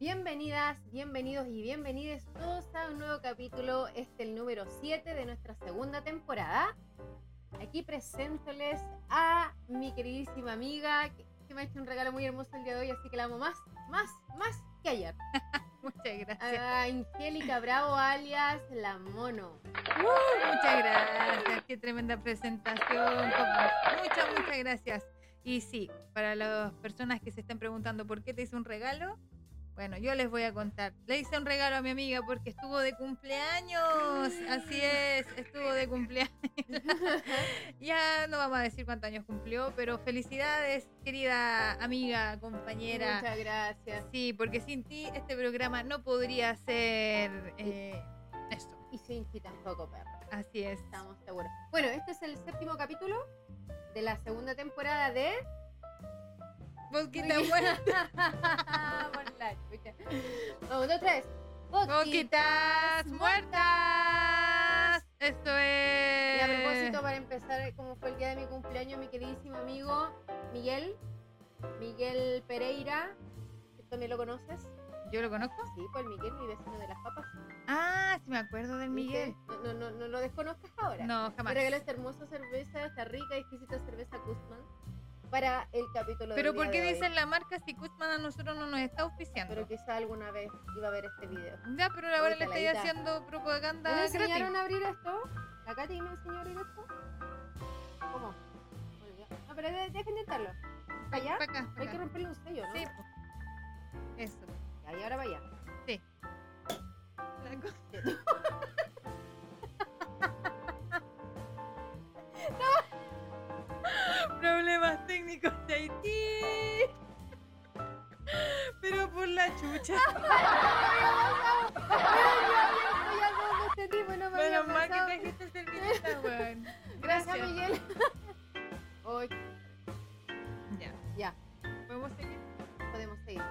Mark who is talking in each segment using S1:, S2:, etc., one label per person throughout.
S1: Bienvenidas, bienvenidos y bienvenides todos a un nuevo capítulo, este el número 7 de nuestra segunda temporada. Aquí preséntoles a mi queridísima amiga que, que me ha hecho un regalo muy hermoso el día de hoy, así que la amo más, más, más que ayer.
S2: Muchas gracias.
S1: A Angélica Bravo alias La Mono.
S2: Uh, muchas gracias. Qué tremenda presentación. Muchas, muchas gracias. Y sí, para las personas que se estén preguntando por qué te hice un regalo, bueno, yo les voy a contar. Le hice un regalo a mi amiga porque estuvo de cumpleaños.
S1: Mm.
S2: Así es, estuvo de cumpleaños. ya no vamos a decir cuántos años cumplió, pero felicidades, querida amiga, compañera.
S1: Muchas gracias.
S2: Sí, porque sin ti este programa no podría ser eh, esto.
S1: Y sin ti tampoco, perro.
S2: Así es.
S1: Estamos seguros. Bueno, este es el séptimo capítulo de la segunda temporada de
S2: Boquita buena.
S1: Ah, Por la chucha. Vamos, dos, tres.
S2: Boquitas muertas. Esto
S1: Y
S2: es.
S1: a propósito, para empezar, como fue el día de mi cumpleaños, mi queridísimo amigo Miguel, Miguel Pereira, ¿tú también lo conoces?
S2: ¿Yo lo conozco?
S1: Sí, pues Miguel, mi vecino de las papas.
S2: Ah, sí, me acuerdo del Miguel.
S1: No, no, no, no lo desconozcas ahora.
S2: No,
S1: Me
S2: jamás.
S1: regaló esta hermosa cerveza, esta rica y exquisita cerveza Guzmán para el capítulo
S2: Pero
S1: del
S2: ¿por
S1: día
S2: qué
S1: de hoy.
S2: dicen la marca si Guzmán a nosotros no nos está auspiciando?
S1: Pero quizá alguna vez iba a ver este video.
S2: Ya, pero ahora le estoy
S1: Caladita.
S2: haciendo propaganda
S1: ¿Me
S2: gratis.
S1: enseñaron a abrir esto? ¿La Katy me enseñó a abrir esto? ¿Cómo? Olvidé. No, pero de- deja intentarlo. ¿Para allá?
S2: Pa' acá, pa'
S1: Hay que
S2: acá.
S1: romperle un sello, ¿no?
S2: Sí, po. Eso.
S1: Ya, y ahora para allá.
S2: La co- No. Problemas técnicos de Haití. Pero por la chucha.
S1: Ah, Estoy al lado de este tipo, no me
S2: Menos
S1: había
S2: mal que
S1: pasado.
S2: trajiste servilleta, weón.
S1: Gracias,
S2: Gracias.
S1: Miguel. Hoy
S2: Ya.
S1: Ya.
S2: ¿Podemos seguir?
S1: podemos seguir.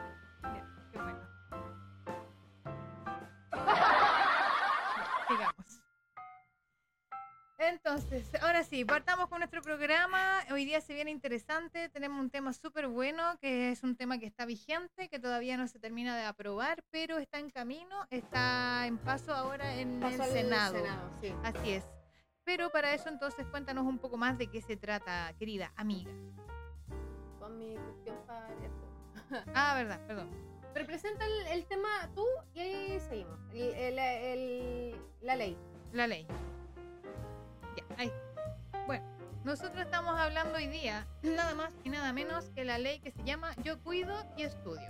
S2: Ya, qué bueno. Ya, Sigamos. Entonces, ahora sí, partamos con nuestro programa. Hoy día se viene interesante. Tenemos un tema súper bueno, que es un tema que está vigente, que todavía no se termina de aprobar, pero está en camino, está en paso ahora en
S1: Paso
S2: el
S1: al
S2: Senado.
S1: Senado, sí.
S2: Así es. Pero para eso entonces cuéntanos un poco más de qué se trata, querida amiga.
S1: Con mi cuestión para
S2: Ah, verdad, perdón.
S1: Pero presenta el, el tema tú y ahí seguimos. Y el- el- la ley.
S2: La ley. Ya, ahí. Bueno, nosotros estamos hablando hoy día nada más y nada menos que la ley que se llama Yo cuido y estudio.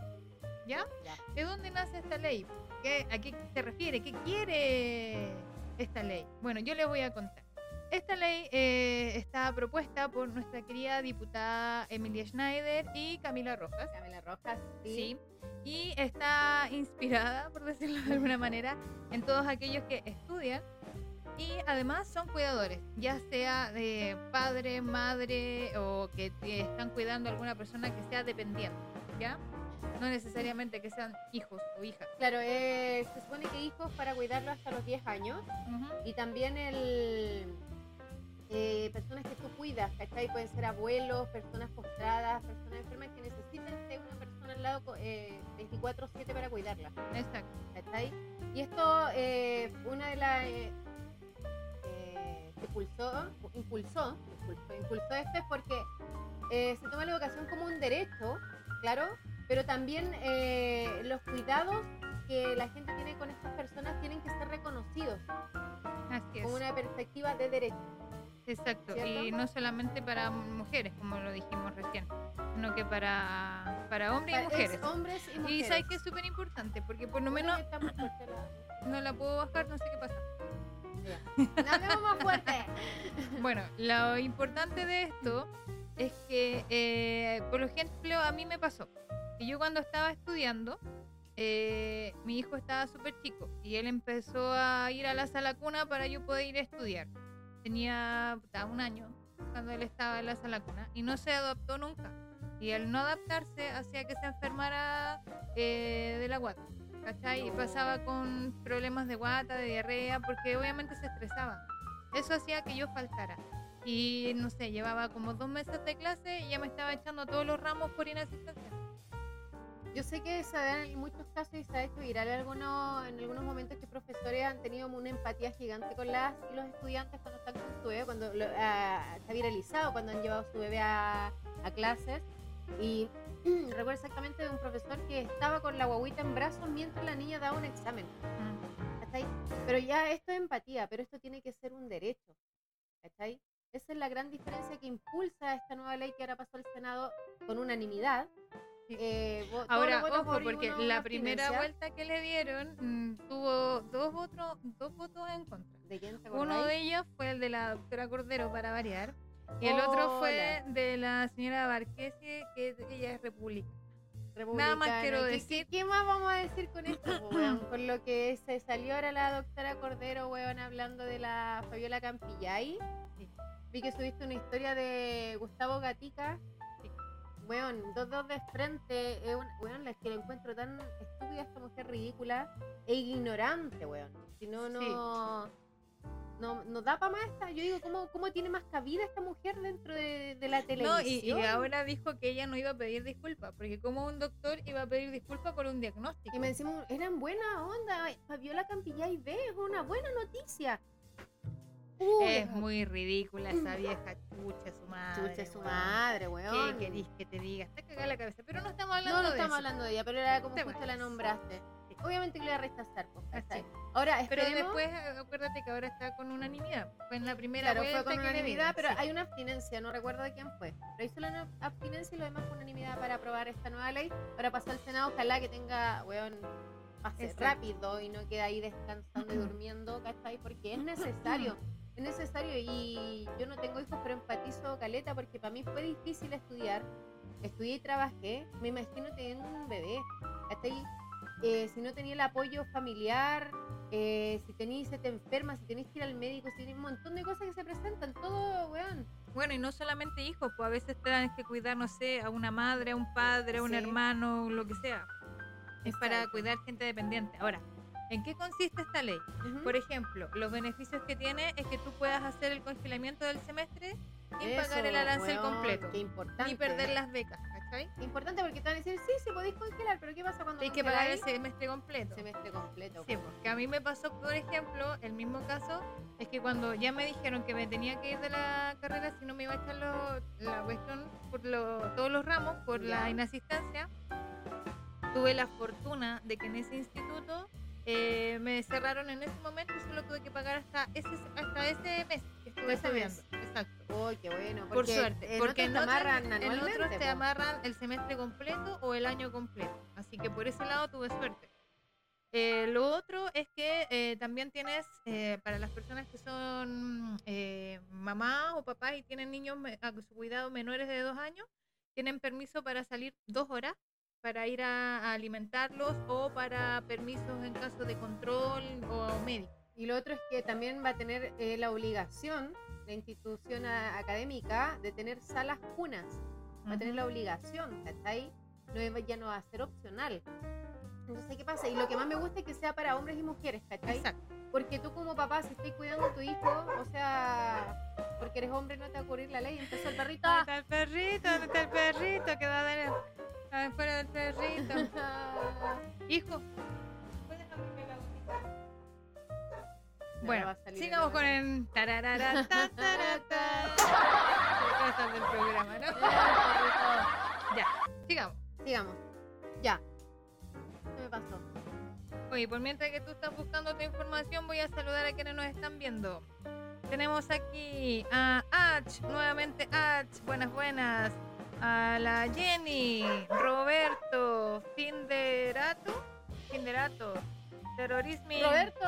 S2: ¿Ya?
S1: Ya.
S2: ¿De dónde nace esta ley? ¿Qué- ¿A qué se refiere? ¿Qué quiere esta ley? Bueno, yo les voy a contar. Esta ley eh, está propuesta por nuestra querida diputada Emilia Schneider y Camila Rojas.
S1: Camila Rojas.
S2: Sí. Y está inspirada, por decirlo de alguna manera, en todos aquellos que estudian y además son cuidadores, ya sea de padre, madre o que te están cuidando a alguna persona que sea dependiente, ¿ya? No necesariamente que sean hijos o hijas.
S1: Claro, eh, se supone que hijos para cuidarlo hasta los 10 años
S2: Ujú.
S1: y también el eh, personas que tú cuidas, ¿cachai? Pueden ser abuelos, personas postradas, personas enfermas que necesitan de una persona al lado co- eh, 24/7 para cuidarla,
S2: Exacto.
S1: ¿cachai? Y esto, eh, una de las... eh, eh, que impulsó, impulsó, impulsó, impulsó esto es porque eh, se toma la educación como un derecho, claro, pero también eh, los cuidados que la gente tiene con estas personas tienen que ser reconocidos
S2: Así es.
S1: con una perspectiva de derecho.
S2: Exacto. Y
S1: ¿Cierto?
S2: no solamente para mujeres, como lo dijimos recién, sino que para, para hombres y
S1: Para-
S2: mujeres.
S1: es hombres y
S2: Y
S1: mujeres.
S2: sabes que es súper importante, porque por lo menos
S1: Está más fuerte la-
S2: no la puedo bajar, no sé qué pasa.
S1: Ya. Hablemos más fuerte.
S2: Bueno, lo importante de esto es que, eh, por ejemplo, a mí me pasó que yo cuando estaba estudiando, eh, mi hijo estaba súper chico y él empezó a ir a la sala cuna para yo poder ir a estudiar. Tenía puta, un año cuando él estaba en la sala cuna y no se adaptó nunca. Y el no adaptarse hacía que se enfermara eh, de la guata. ¿Cachai? Y
S1: No.
S2: pasaba con problemas de guata, de diarrea, porque obviamente se estresaba. Eso hacía que yo faltara. Y no sé, llevaba como dos meses de clase y ya me estaba echando todos los ramos por inasistencia.
S1: Yo sé que se dan en muchos casos y se ha hecho viral en algunos, en algunos momentos que profesores han tenido una empatía gigante con las y los estudiantes cuando están con su bebé, cuando lo- ah, se ha viralizado cuando han llevado su bebé a, a clases. Y recuerdo exactamente de un profesor que estaba con la guaguita en brazos mientras la niña daba un examen.
S2: Mm.
S1: ¿cachai? Pero ya esto es empatía, pero esto tiene que ser un derecho, ¿cachai? Esa es la gran diferencia que impulsa esta nueva ley que ahora pasó al Senado con unanimidad.
S2: Sí.
S1: Eh, vo- todos
S2: Ahora,
S1: los votos
S2: ojo,
S1: por y
S2: porque
S1: uno
S2: la
S1: abstinencia.
S2: primera vuelta que le dieron mm, tuvo dos votos, dos votos en contra.
S1: ¿De quién te
S2: Uno
S1: acordáis?
S2: de ellos fue el de la doctora Cordero, para variar. Y el otro fue
S1: Hola.
S2: de la señora Barquesi, que ella es república. Nada más
S1: Republicana.
S2: quiero
S1: ¿Qué-
S2: decir-
S1: ¿Qué, qué más vamos a decir con esto, po, weón? Con lo que se salió ahora la doctora Cordero, weón, hablando de la Fabiola Campillay.
S2: Sí.
S1: Vi que subiste una historia de Gustavo Gatica.
S2: Sí.
S1: Weón, dos dos de frente. es un- Weón, la que la encuentro tan estúpida esta mujer ridícula e ignorante, weón. Si no, no. No, no da para más esta. Yo digo, ¿cómo, ¿cómo tiene más cabida esta mujer dentro de, de la televisión?
S2: No, y, y ahora dijo que ella no iba a pedir disculpas, porque como un doctor iba a pedir disculpas por un diagnóstico.
S1: Y me decimos, eran buena onda. ay, Fabiola Campillay ve, es una buena noticia. Uy,
S2: Es muy ridícula esa vieja chucha su madre.
S1: Mm. chucha su
S2: weón.
S1: madre, weón.
S2: ¿Qué querís que te diga? Está cagada la cabeza. Pero no estamos
S1: No,
S2: hablando
S1: no
S2: de
S1: estamos
S2: eso.
S1: hablando de ella, pero era como
S2: Te
S1: justo la
S2: vayas.
S1: nombraste.
S2: Sí.
S1: Obviamente que le voy a rechazar, pues,
S2: Así
S1: ¿cachai?
S2: es.
S1: Ahora,
S2: Pero
S1: esperemos-
S2: después, eh, acuérdate que ahora está con unanimidad. Fue en la primera
S1: claro, fue
S2: vuelta
S1: con
S2: que le
S1: unanimidad,
S2: dieron,
S1: pero
S2: sí.
S1: hay una abstinencia, no recuerdo de quién fue. Pero hizo la una- abstinencia y lo demás fue unanimidad para aprobar esta nueva ley. Ahora pasó al Senado, ojalá que tenga, weón, pase
S2: Exacto.
S1: rápido y no quede ahí descansando y durmiendo, ¿cachai? Porque es necesario, es necesario. Y yo no tengo hijos, pero empatizo caleta porque para mí fue difícil estudiar. Estudié y trabajé. Me imagino teniendo un bebé, ¿cachai? Eh, si no tenía el apoyo familiar, eh, si tenéis, se te enferma, si tenéis que ir al médico, si tenéis un montón de cosas que se presentan, todo, weón.
S2: Bueno, y no solamente hijos, pues a veces tenés que cuidar, no sé, a una madre, a un padre, a un
S1: Sí.
S2: hermano, lo que sea. Es para
S1: Exacto.
S2: cuidar gente dependiente. Ahora, ¿en qué consiste esta ley? Por ejemplo, los beneficios que tiene es que tú puedas hacer el congelamiento del semestre sin pagar el arancel completo.
S1: Qué importante.
S2: Ni perder las becas, ¿cachai?
S1: Importante porque te van a decir, sí, sí, podéis congelar, pero ¿qué pasa cuando
S2: Tienes que pagar el
S1: congeláis?
S2: semestre completo.
S1: semestre completo?
S2: Sí, porque a mí me pasó, por ejemplo, el mismo caso, es que cuando ya me dijeron que me tenía que ir de la carrera si no me iba a echar lo- la cuestión por lo- todos los ramos, por
S1: Ya.
S2: la inasistencia, tuve la fortuna de que en ese instituto eh, me cerraron en ese momento y solo tuve que pagar hasta ese, hasta ese mes que estuve
S1: Ese mes.
S2: estudiando. Exacto.
S1: Oh, qué bueno.
S2: Por
S1: Porque
S2: suerte,
S1: en
S2: porque
S1: otros
S2: en
S1: te
S2: otros-
S1: amarran
S2: en
S1: anualmente.
S2: otros te
S1: po.
S2: amarran el semestre completo o el año completo. Así que por ese lado tuve suerte. Eh, lo otro es que eh, también tienes, eh, para las personas que son eh, mamás o papás y tienen niños me- a su cuidado menores de dos años, tienen permiso para salir dos horas para ir a, a alimentarlos o para permisos en caso de control o médico.
S1: Y lo otro es que también va a tener eh, la obligación, la institución a- académica, de tener salas cunas. va a tener la obligación, ¿cachai? No es- ya no va a ser opcional. Entonces, ¿qué pasa? Y lo que más me gusta es que sea para hombres y mujeres, ¿cachai?
S2: Exacto.
S1: Porque tú como papá, si estás cuidando a tu hijo, o sea, porque eres hombre no te va a ocurrir la ley, entonces el perrito...
S2: ¿Dónde está el perrito? ¿Dónde está el perrito? Que va a dar afuera del perrito. Hijo.
S1: No, no va
S2: Bueno,
S1: a salir
S2: sigamos
S1: el
S2: con
S1: audio.
S2: el tararara, ta, tarata. Cosas del programa, ¿no?
S1: Ah,
S2: Ya, sigamos.
S1: perrito. Sigamos. Ya. ¿Qué me pasó?
S2: Oye, por mientras que tú estás buscando tu información, voy a saludar a quienes nos están viendo. Tenemos aquí a H, nuevamente H, buenas, buenas. A la Jenny, Roberto, Finderato, Finderato, Terrorismo.
S1: Roberto,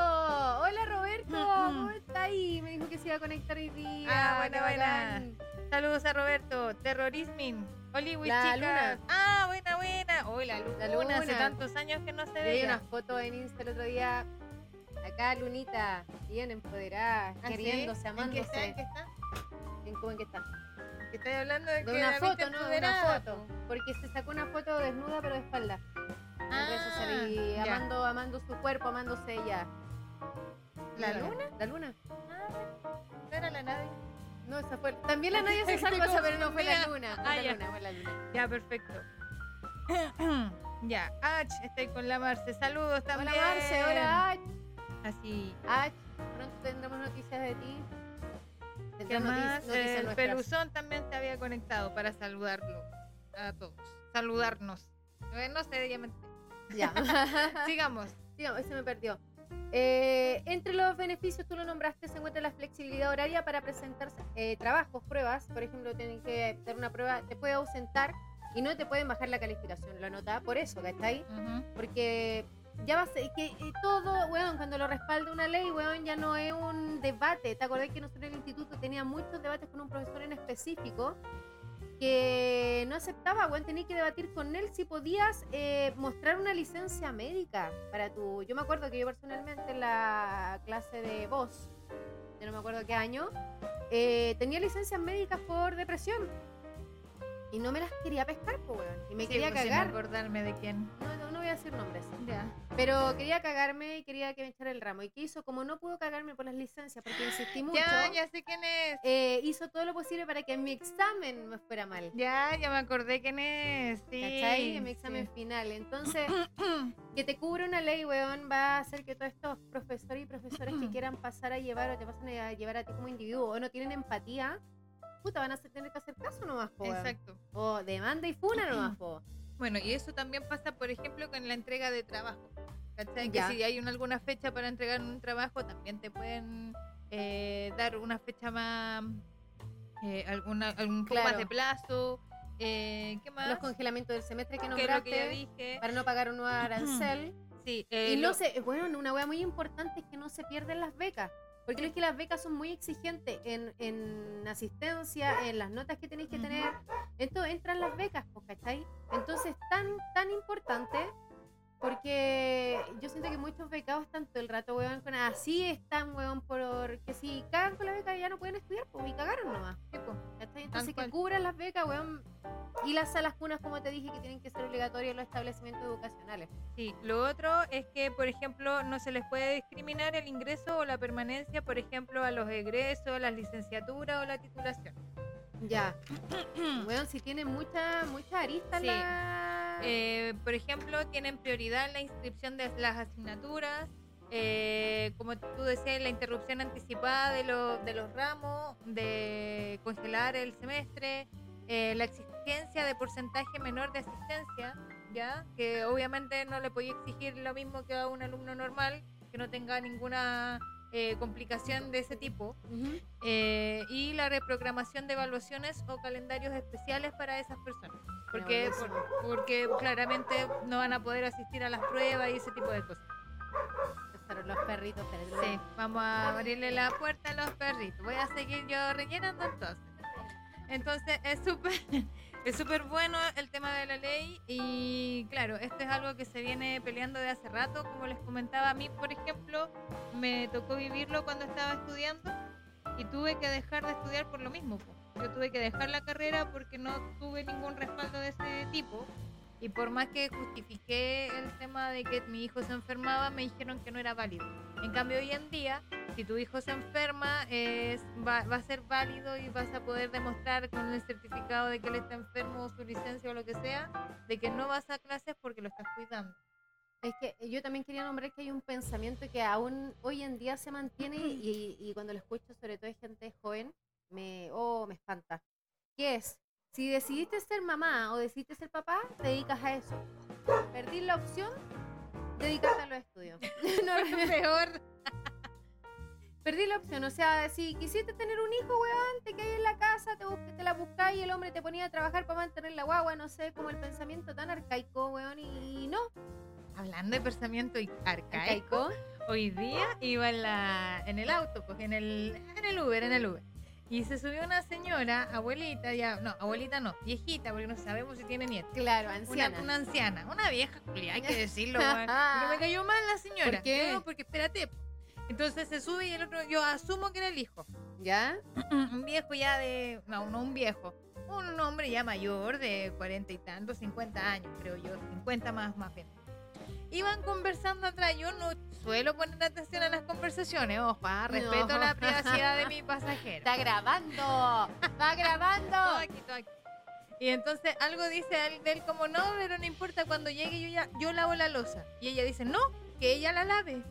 S1: hola Roberto,
S2: Ujú.
S1: ¿cómo está ahí? Me dijo que se iba a conectar hoy día.
S2: Mm, Ah, buena,
S1: qué bacán.
S2: Saludos a Roberto, Terrorismin. Oli,
S1: La
S2: chicas.
S1: luna.
S2: Ah, buena, buena. Hoy la luna.
S1: La luna.
S2: Hace tantos años que no se
S1: Yo vi
S2: veía.
S1: unas fotos en Insta el otro día. Acá Lunita, bien empoderada,
S2: ¿Ah, sí?
S1: queriéndose,
S2: ¿En qué está? ¿En qué
S1: amándose.
S2: está?
S1: ¿En cómo en qué está?
S2: Que estoy hablando de,
S1: De
S2: que
S1: una
S2: la viste
S1: foto, ¿no? De una
S2: empoderada,
S1: foto.
S2: po.
S1: Porque se sacó una foto desnuda pero de espalda. En redes sociales, y
S2: Ah, ya.
S1: amando, amando su cuerpo, amándose ella.
S2: ¿La
S1: Mira,
S2: luna?
S1: La luna. Ah,
S2: No era la nave.
S1: No, esa fue. También la nadie se
S2: Estoy Ah,
S1: sacó esa, pero no fue la
S2: confundida.
S1: luna. Fue
S2: Ah,
S1: la
S2: ya.
S1: luna, fue la luna.
S2: Ya, perfecto. Ya, H, estoy con la Marce. Saludos también.
S1: Hola Marce, hola H.
S2: Así.
S1: H, Ah, pronto tendremos noticias de ti.
S2: ¿Qué
S1: Tendremos notici-
S2: más?
S1: noticias
S2: el
S1: nuestras.
S2: peluzón también se había conectado para saludarlo a todos. Saludarnos. Eh, No sé, ya me-
S1: Ya.
S2: Sigamos.
S1: Sí, no, ese me perdió. Eh, entre los beneficios, tú lo nombraste, se encuentra la flexibilidad horaria para presentar eh, trabajos, pruebas. Por ejemplo, tienen que dar una prueba, te puede ausentar y no te pueden bajar la calificación. Lo anota por eso, ¿cachai?
S2: Ujú.
S1: Porque ya va a ser que eh, todo, weón, cuando lo respalda una ley, weón, ya no es un debate. ¿Te acordás que nosotros en el instituto tenía muchos debates con un profesor en específico que no aceptaba, weón, tenía que debatir con él si podías eh, mostrar una licencia médica para tu... Yo me acuerdo que yo personalmente en la clase de voz, yo no me acuerdo qué año, eh, tenía licencias médicas por depresión. Y no me las quería pescar, po, weón. Y me
S2: Sí,
S1: quería
S2: pues, sin
S1: cagar.
S2: acordarme de quién.
S1: No, no, no voy a decir nombres.
S2: Ya.
S1: Pero quería cagarme y quería que me echara el ramo. ¿Y qué hizo? Como no pudo cagarme por las licencias, porque insistí mucho,
S2: Ya, ya sé quién es.
S1: eh, hizo todo lo posible para que en mi examen me fuera mal.
S2: Ya, ya me acordé quién es. Sí,
S1: ¿Cachai? En mi
S2: sí.
S1: examen final. Entonces, que te cubra una ley, weón, va a hacer que todos estos profesores y profesoras que quieran pasar a llevar o te pasen a llevar a ti como individuo o no tienen empatía, puta, van a hacer- tener que hacer caso nomás, po, weón.
S2: Exacto.
S1: O demanda y funa nomás, po.
S2: Bueno, y eso también pasa, por ejemplo, con la entrega de trabajo. ¿Cachai? Que
S1: Ya.
S2: si hay un- alguna fecha para entregar un trabajo, también te pueden eh, dar una fecha más, eh, alguna, algún poco más
S1: Claro.
S2: de plazo. Eh, ¿Qué más?
S1: Los congelamientos del semestre que
S2: Que es lo que ya
S1: nombraste
S2: dije.
S1: para no pagar un nuevo arancel.
S2: Sí, eh,
S1: y no
S2: lo-
S1: se, bueno, una wea muy importante es que no se pierden las becas. Porque creo que las becas son muy exigentes en, en asistencia, en las notas que tenéis que
S2: Ujú.
S1: tener. Entonces entran las becas, pues, ¿cachai? Entonces tan, tan importante porque yo siento que muchos becados están todo el rato, weón, con así están, weón, porque si cagan con la beca ya no pueden estudiar, pues, y cagaron nomás.
S2: sí, po.
S1: ¿Cachai? Entonces
S2: cual.
S1: que cubran las becas, weón, y las salas cunas, como te dije, que tienen que ser obligatorias en los establecimientos educacionales.
S2: Sí, lo otro es que, por ejemplo, no se les puede discriminar el ingreso o la permanencia, por ejemplo, a los egresos, las licenciaturas o la titulación.
S1: Ya. Weón, si tiene mucha, mucha arista
S2: Sí.
S1: la...
S2: Eh, por ejemplo, tienen prioridad en la inscripción de las asignaturas, eh, como tú decías, la interrupción anticipada de, lo- de los ramos, de congelar el semestre, eh, la exigencia de porcentaje menor de asistencia, ¿ya? Que obviamente no le podía exigir lo mismo que a un alumno normal, que no tenga ninguna eh, complicación de ese tipo.
S1: Ujú.
S2: Eh, y la reprogramación de evaluaciones o calendarios especiales para esas personas. Porque,
S1: Pero bueno,
S2: por- porque claramente no van a poder asistir a las pruebas y ese tipo de cosas.
S1: empezaron los perritos. pero-
S2: Sí, vamos a abrirle la puerta a los perritos. Voy a seguir yo rellenando entonces. Entonces es súper es súper bueno el tema de la ley y claro, esto es algo que se viene peleando de hace rato, como les comentaba a mí, por ejemplo, me tocó vivirlo cuando estaba estudiando y tuve que dejar de estudiar por lo mismo. po. Yo tuve que dejar la carrera porque no tuve ningún respaldo de ese tipo. Y por más que justifiqué el tema de que mi hijo se enfermaba, me dijeron que no era válido. En cambio, hoy en día, si tu hijo se enferma, es, va, va a ser válido y vas a poder demostrar con el certificado de que él está enfermo o su licencia o lo que sea, de que no vas a clases porque lo estás cuidando.
S1: Es que yo también quería nombrar que hay un pensamiento que aún hoy en día se mantiene y, y cuando lo escucho, sobre todo de gente joven, me, oh, me espanta. Que es, si decidiste ser mamá o decidiste ser papá, te dedicas a eso. Perdí la opción, dedicarte a los estudios. No,
S2: Peor.
S1: Perdí la opción, o sea, si quisiste tener un hijo, weón, te quedas en la casa, te, bus- te la buscás y el hombre te ponía a trabajar para mantener la guagua, no sé, como el pensamiento tan arcaico, weón, y, y no,
S2: Hablando de pensamiento y- arcaico,
S1: arcaico.
S2: hoy día iba en, la, en el auto, pues en el, en el Uber, en el Uber. Y se subió una señora, abuelita, ya, no, abuelita no, viejita, porque no sabemos si tiene nietos.
S1: Claro,
S2: Una,
S1: anciana.
S2: una anciana, una vieja, culiá, hay que decirlo, weón. Porque me cayó mal la señora.
S1: ¿Por qué?
S2: No, porque espérate. Entonces se sube y el otro, yo asumo que era el hijo.
S1: ¿Ya? Mm.
S2: Un viejo ya de. No, no un viejo. Un hombre ya mayor de cuarenta y tantos, 50 años, creo yo. 50 más, más bien. Iban conversando atrás. Yo no suelo poner atención a las conversaciones. Ojo, ah, respeto
S1: No.
S2: la privacidad de mi pasajero.
S1: Está grabando, va grabando.
S2: Todo aquí, todo aquí. Y entonces algo dice a él- de él como, no, pero no importa, cuando llegue yo ya, yo lavo la losa. Y ella dice, no, que ella la lave.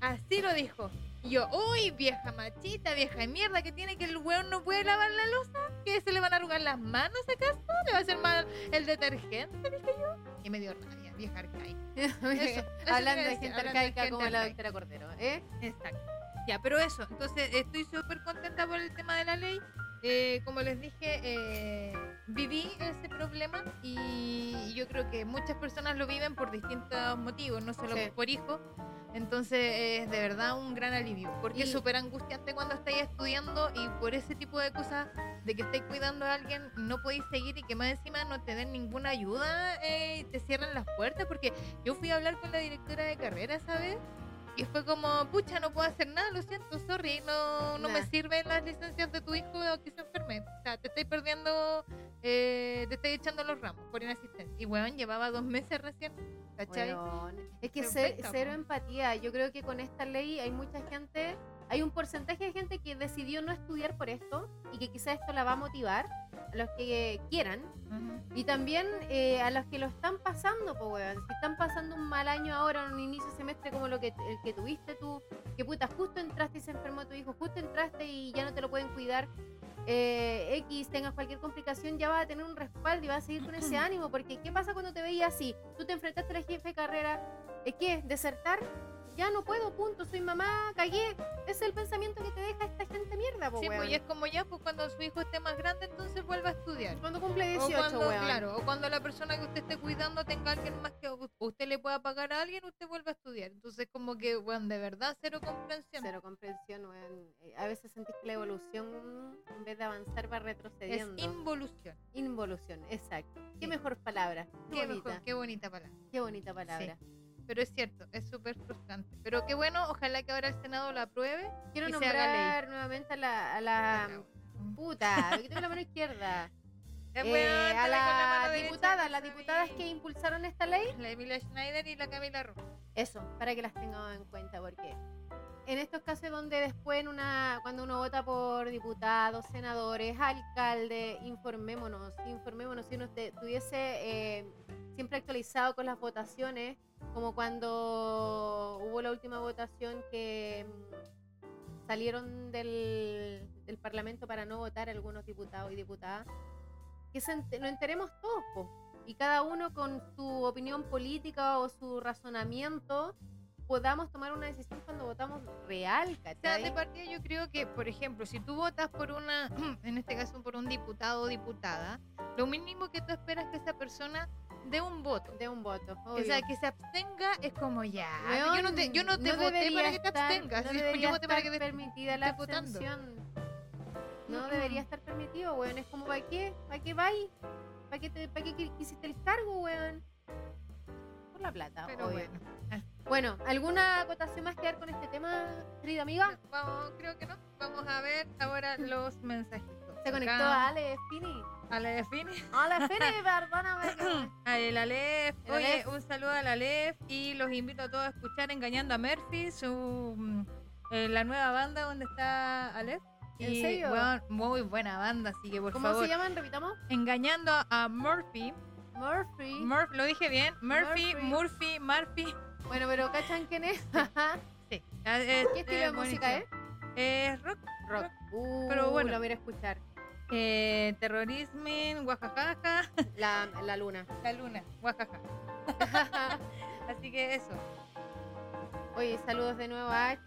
S2: Así lo dijo. Y yo, uy, vieja machita, vieja de mierda, que tiene que el weón no puede lavar la losa, que se le van a arrugar las manos acaso, le va a hacer mal el detergente, dije yo. Y me dio rabia, vieja arcaica. eso
S1: hablando
S2: te iba a
S1: de
S2: decir,
S1: gente
S2: hablando de
S1: arcaica
S2: gente
S1: como la
S2: arcaica.
S1: doctora Cordero, ¿eh?
S2: Exacto. Ya, pero eso, entonces estoy súper contenta por el tema de la ley. Eh, como les dije, eh, viví ese problema y yo creo que muchas personas lo viven por distintos motivos, no solo
S1: Sí.
S2: por hijo. Entonces es de verdad un gran alivio, porque
S1: Y-
S2: es súper angustiante cuando estáis estudiando y por ese tipo de cosas de que estáis cuidando a alguien no podéis seguir y que más encima no te den ninguna ayuda eh, y te cierran las puertas, porque yo fui a hablar con la directora de carrera, ¿sabes? Y fue como, pucha, no puedo hacer nada, lo siento, sorry, no, no me
S1: Nah.
S2: sirven las licencias de tu hijo que se enferme. O sea, te estoy perdiendo, eh, te estoy echando los ramos por inasistencia. Y weón, llevaba dos meses recién, ¿cachai?
S1: Weón. Es que
S2: Se
S1: ce-
S2: pesca,
S1: cero
S2: po.
S1: empatía. Yo creo que con esta ley hay mucha gente, hay un porcentaje de gente que decidió no estudiar por esto y que quizá esto la va a motivar a los que quieran
S2: Ujú.
S1: Y también eh, a los que lo están pasando, pues, weón. Si están pasando un mal año ahora, un inicio de semestre como lo que, el que tuviste tú, que puta, justo entraste y se enfermó tu hijo, justo entraste y ya no te lo pueden cuidar. eh, X, tengas cualquier complicación, ya vas a tener un respaldo y vas a seguir con ese ánimo. Porque, ¿qué pasa cuando te veías así? Tú te enfrentaste a la jefe de carrera, ¿eh, ¿qué? ¿Desertar? Ya no puedo, punto, soy mamá, cagué. Ese es el pensamiento que te deja esta gente mierda, pues,
S2: Sí,
S1: weón.
S2: pues y es como ya, pues cuando su hijo esté más grande, entonces vuelva a estudiar.
S1: Cuando cumple
S2: O
S1: 18,
S2: cuando,
S1: weón.
S2: claro, o cuando la persona que usted esté cuidando tenga alguien más que u- usted le pueda pagar a alguien, usted vuelve a estudiar. Entonces, como que, weón, de verdad, cero comprensión.
S1: Cero comprensión, weón. Eh, A veces sentís que la evolución, en vez de avanzar, va
S2: Es
S1: retrocediendo.
S2: involución.
S1: Involución, exacto. Qué
S2: Sí.
S1: mejor palabra. Qué,
S2: Qué,
S1: bonita.
S2: mejor, qué bonita palabra.
S1: Qué bonita palabra.
S2: Pero es cierto, es súper frustrante. Pero qué bueno, ojalá que ahora el Senado la apruebe.
S1: Quiero
S2: Y se haga
S1: nombrar nuevamente a la, a la puta, que tengo la mano izquierda.
S2: Eh,
S1: Eh,
S2: weón, te
S1: a
S2: vi con la mano
S1: la
S2: derecha,
S1: diputada,
S2: no
S1: las diputadas
S2: sabía.
S1: que impulsaron esta ley.
S2: La Emilia Schneider y la Camila Rojo.
S1: Eso, para que las tengamos en cuenta, porque en estos casos donde después en una, cuando uno vota por diputados, senadores, alcalde, informémonos, informémonos si uno te- estuviese eh, siempre actualizado con las votaciones, como cuando hubo la última votación que mm, salieron del, del Parlamento para no votar algunos diputados y diputadas, que se ent- nos enteremos todos, po y cada uno con su opinión política o su razonamiento podamos tomar una decisión cuando votamos real,
S2: O sea, de
S1: ¿cachai?
S2: partida yo creo que, por ejemplo, si tú votas por una, en este caso por un diputado o diputada, lo mínimo que tú esperas es que esa persona dé un voto.
S1: De un voto.
S2: O sea,
S1: obvio.
S2: que se abstenga es como ya.
S1: Weón,
S2: Ah, yo no te, yo no te voté
S1: debería
S2: para que te
S1: estar-
S2: abstengas.
S1: No
S2: ¿sí?
S1: debería
S2: yo voté para que
S1: estar
S2: te
S1: permitida la
S2: estés votando.
S1: abstención. No
S2: Mm,
S1: debería
S2: mm.
S1: estar permitido, weón. Es como, ¿para qué? ¿Para qué vais? ¿Para qué, te- pa' qué qui- quisiste el cargo, weón? Por la plata,
S2: Pero
S1: obvio.
S2: bueno,
S1: Bueno, ¿alguna acotación más que dar con este tema, querida amiga?
S2: vamos, creo que no. Vamos a ver ahora los mensajitos.
S1: Se conectó
S2: Acá,
S1: a Ale Fini.
S2: a la Define.
S1: Hola, Fini, perdóname. que-
S2: A el Aleph.
S1: El
S2: Oye,
S1: Aleph.
S2: un saludo al Aleph y los invito a todos a escuchar Engañando a Murphy, su, mm, eh, la nueva banda donde está Aleph.
S1: ¿En
S2: Y,
S1: serio?
S2: weón, muy buena banda, así que por
S1: ¿Cómo
S2: favor,
S1: se llaman? Repitamos.
S2: Engañando a Murphy.
S1: Murphy.
S2: Murph, lo dije bien. Murphy,
S1: Murphy.
S2: Murphy, Murphy.
S1: bueno, pero ¿cachan quién es? ¿Qué
S2: Sí. Ah, eh,
S1: estilo
S2: eh,
S1: de música es?
S2: buenísimo. Es rock,
S1: Rock. Uh,
S2: Pero bueno.
S1: La voy a ir a escuchar.
S2: eh, terrorismo, guajajaja,
S1: La, la luna.
S2: la luna, guajaja. Así que eso.
S1: Oye, saludos de nuevo a H,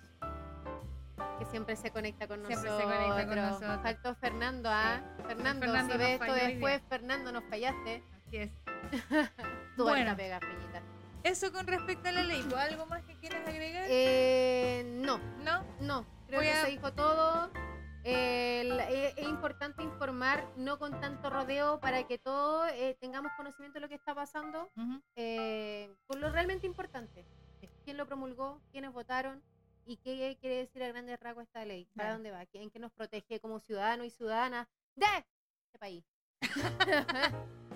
S1: que siempre se conecta con
S2: Siempre se
S1: nosotros.
S2: conecta con nosotros.
S1: Faltó Fernando, ¿ah? Fernando,
S2: Fernando
S1: si
S2: nos
S1: ves esto
S2: falló hoy
S1: después, Fernando, nos fallaste.
S2: Así es.
S1: Tú
S2: Bueno.
S1: la pega, Peñita.
S2: Eso con respecto a la ley. ¿o ¿Algo más que quieras agregar?
S1: Eh, no,
S2: ¿No?
S1: No, creo
S2: Voy
S1: que
S2: a-
S1: se dijo todo. El- e- es, importante informar, no con tanto rodeo, para que todos eh, tengamos conocimiento de lo que está pasando,
S2: Ujú.
S1: eh, con lo realmente importante. eh, ¿Quién lo promulgó? ¿Quiénes votaron? ¿Y qué quiere decir a grandes rasgos esta ley? ¿Para
S2: Claro.
S1: dónde va? ¿En qué nos protege como ciudadanos y ciudadanas de este país?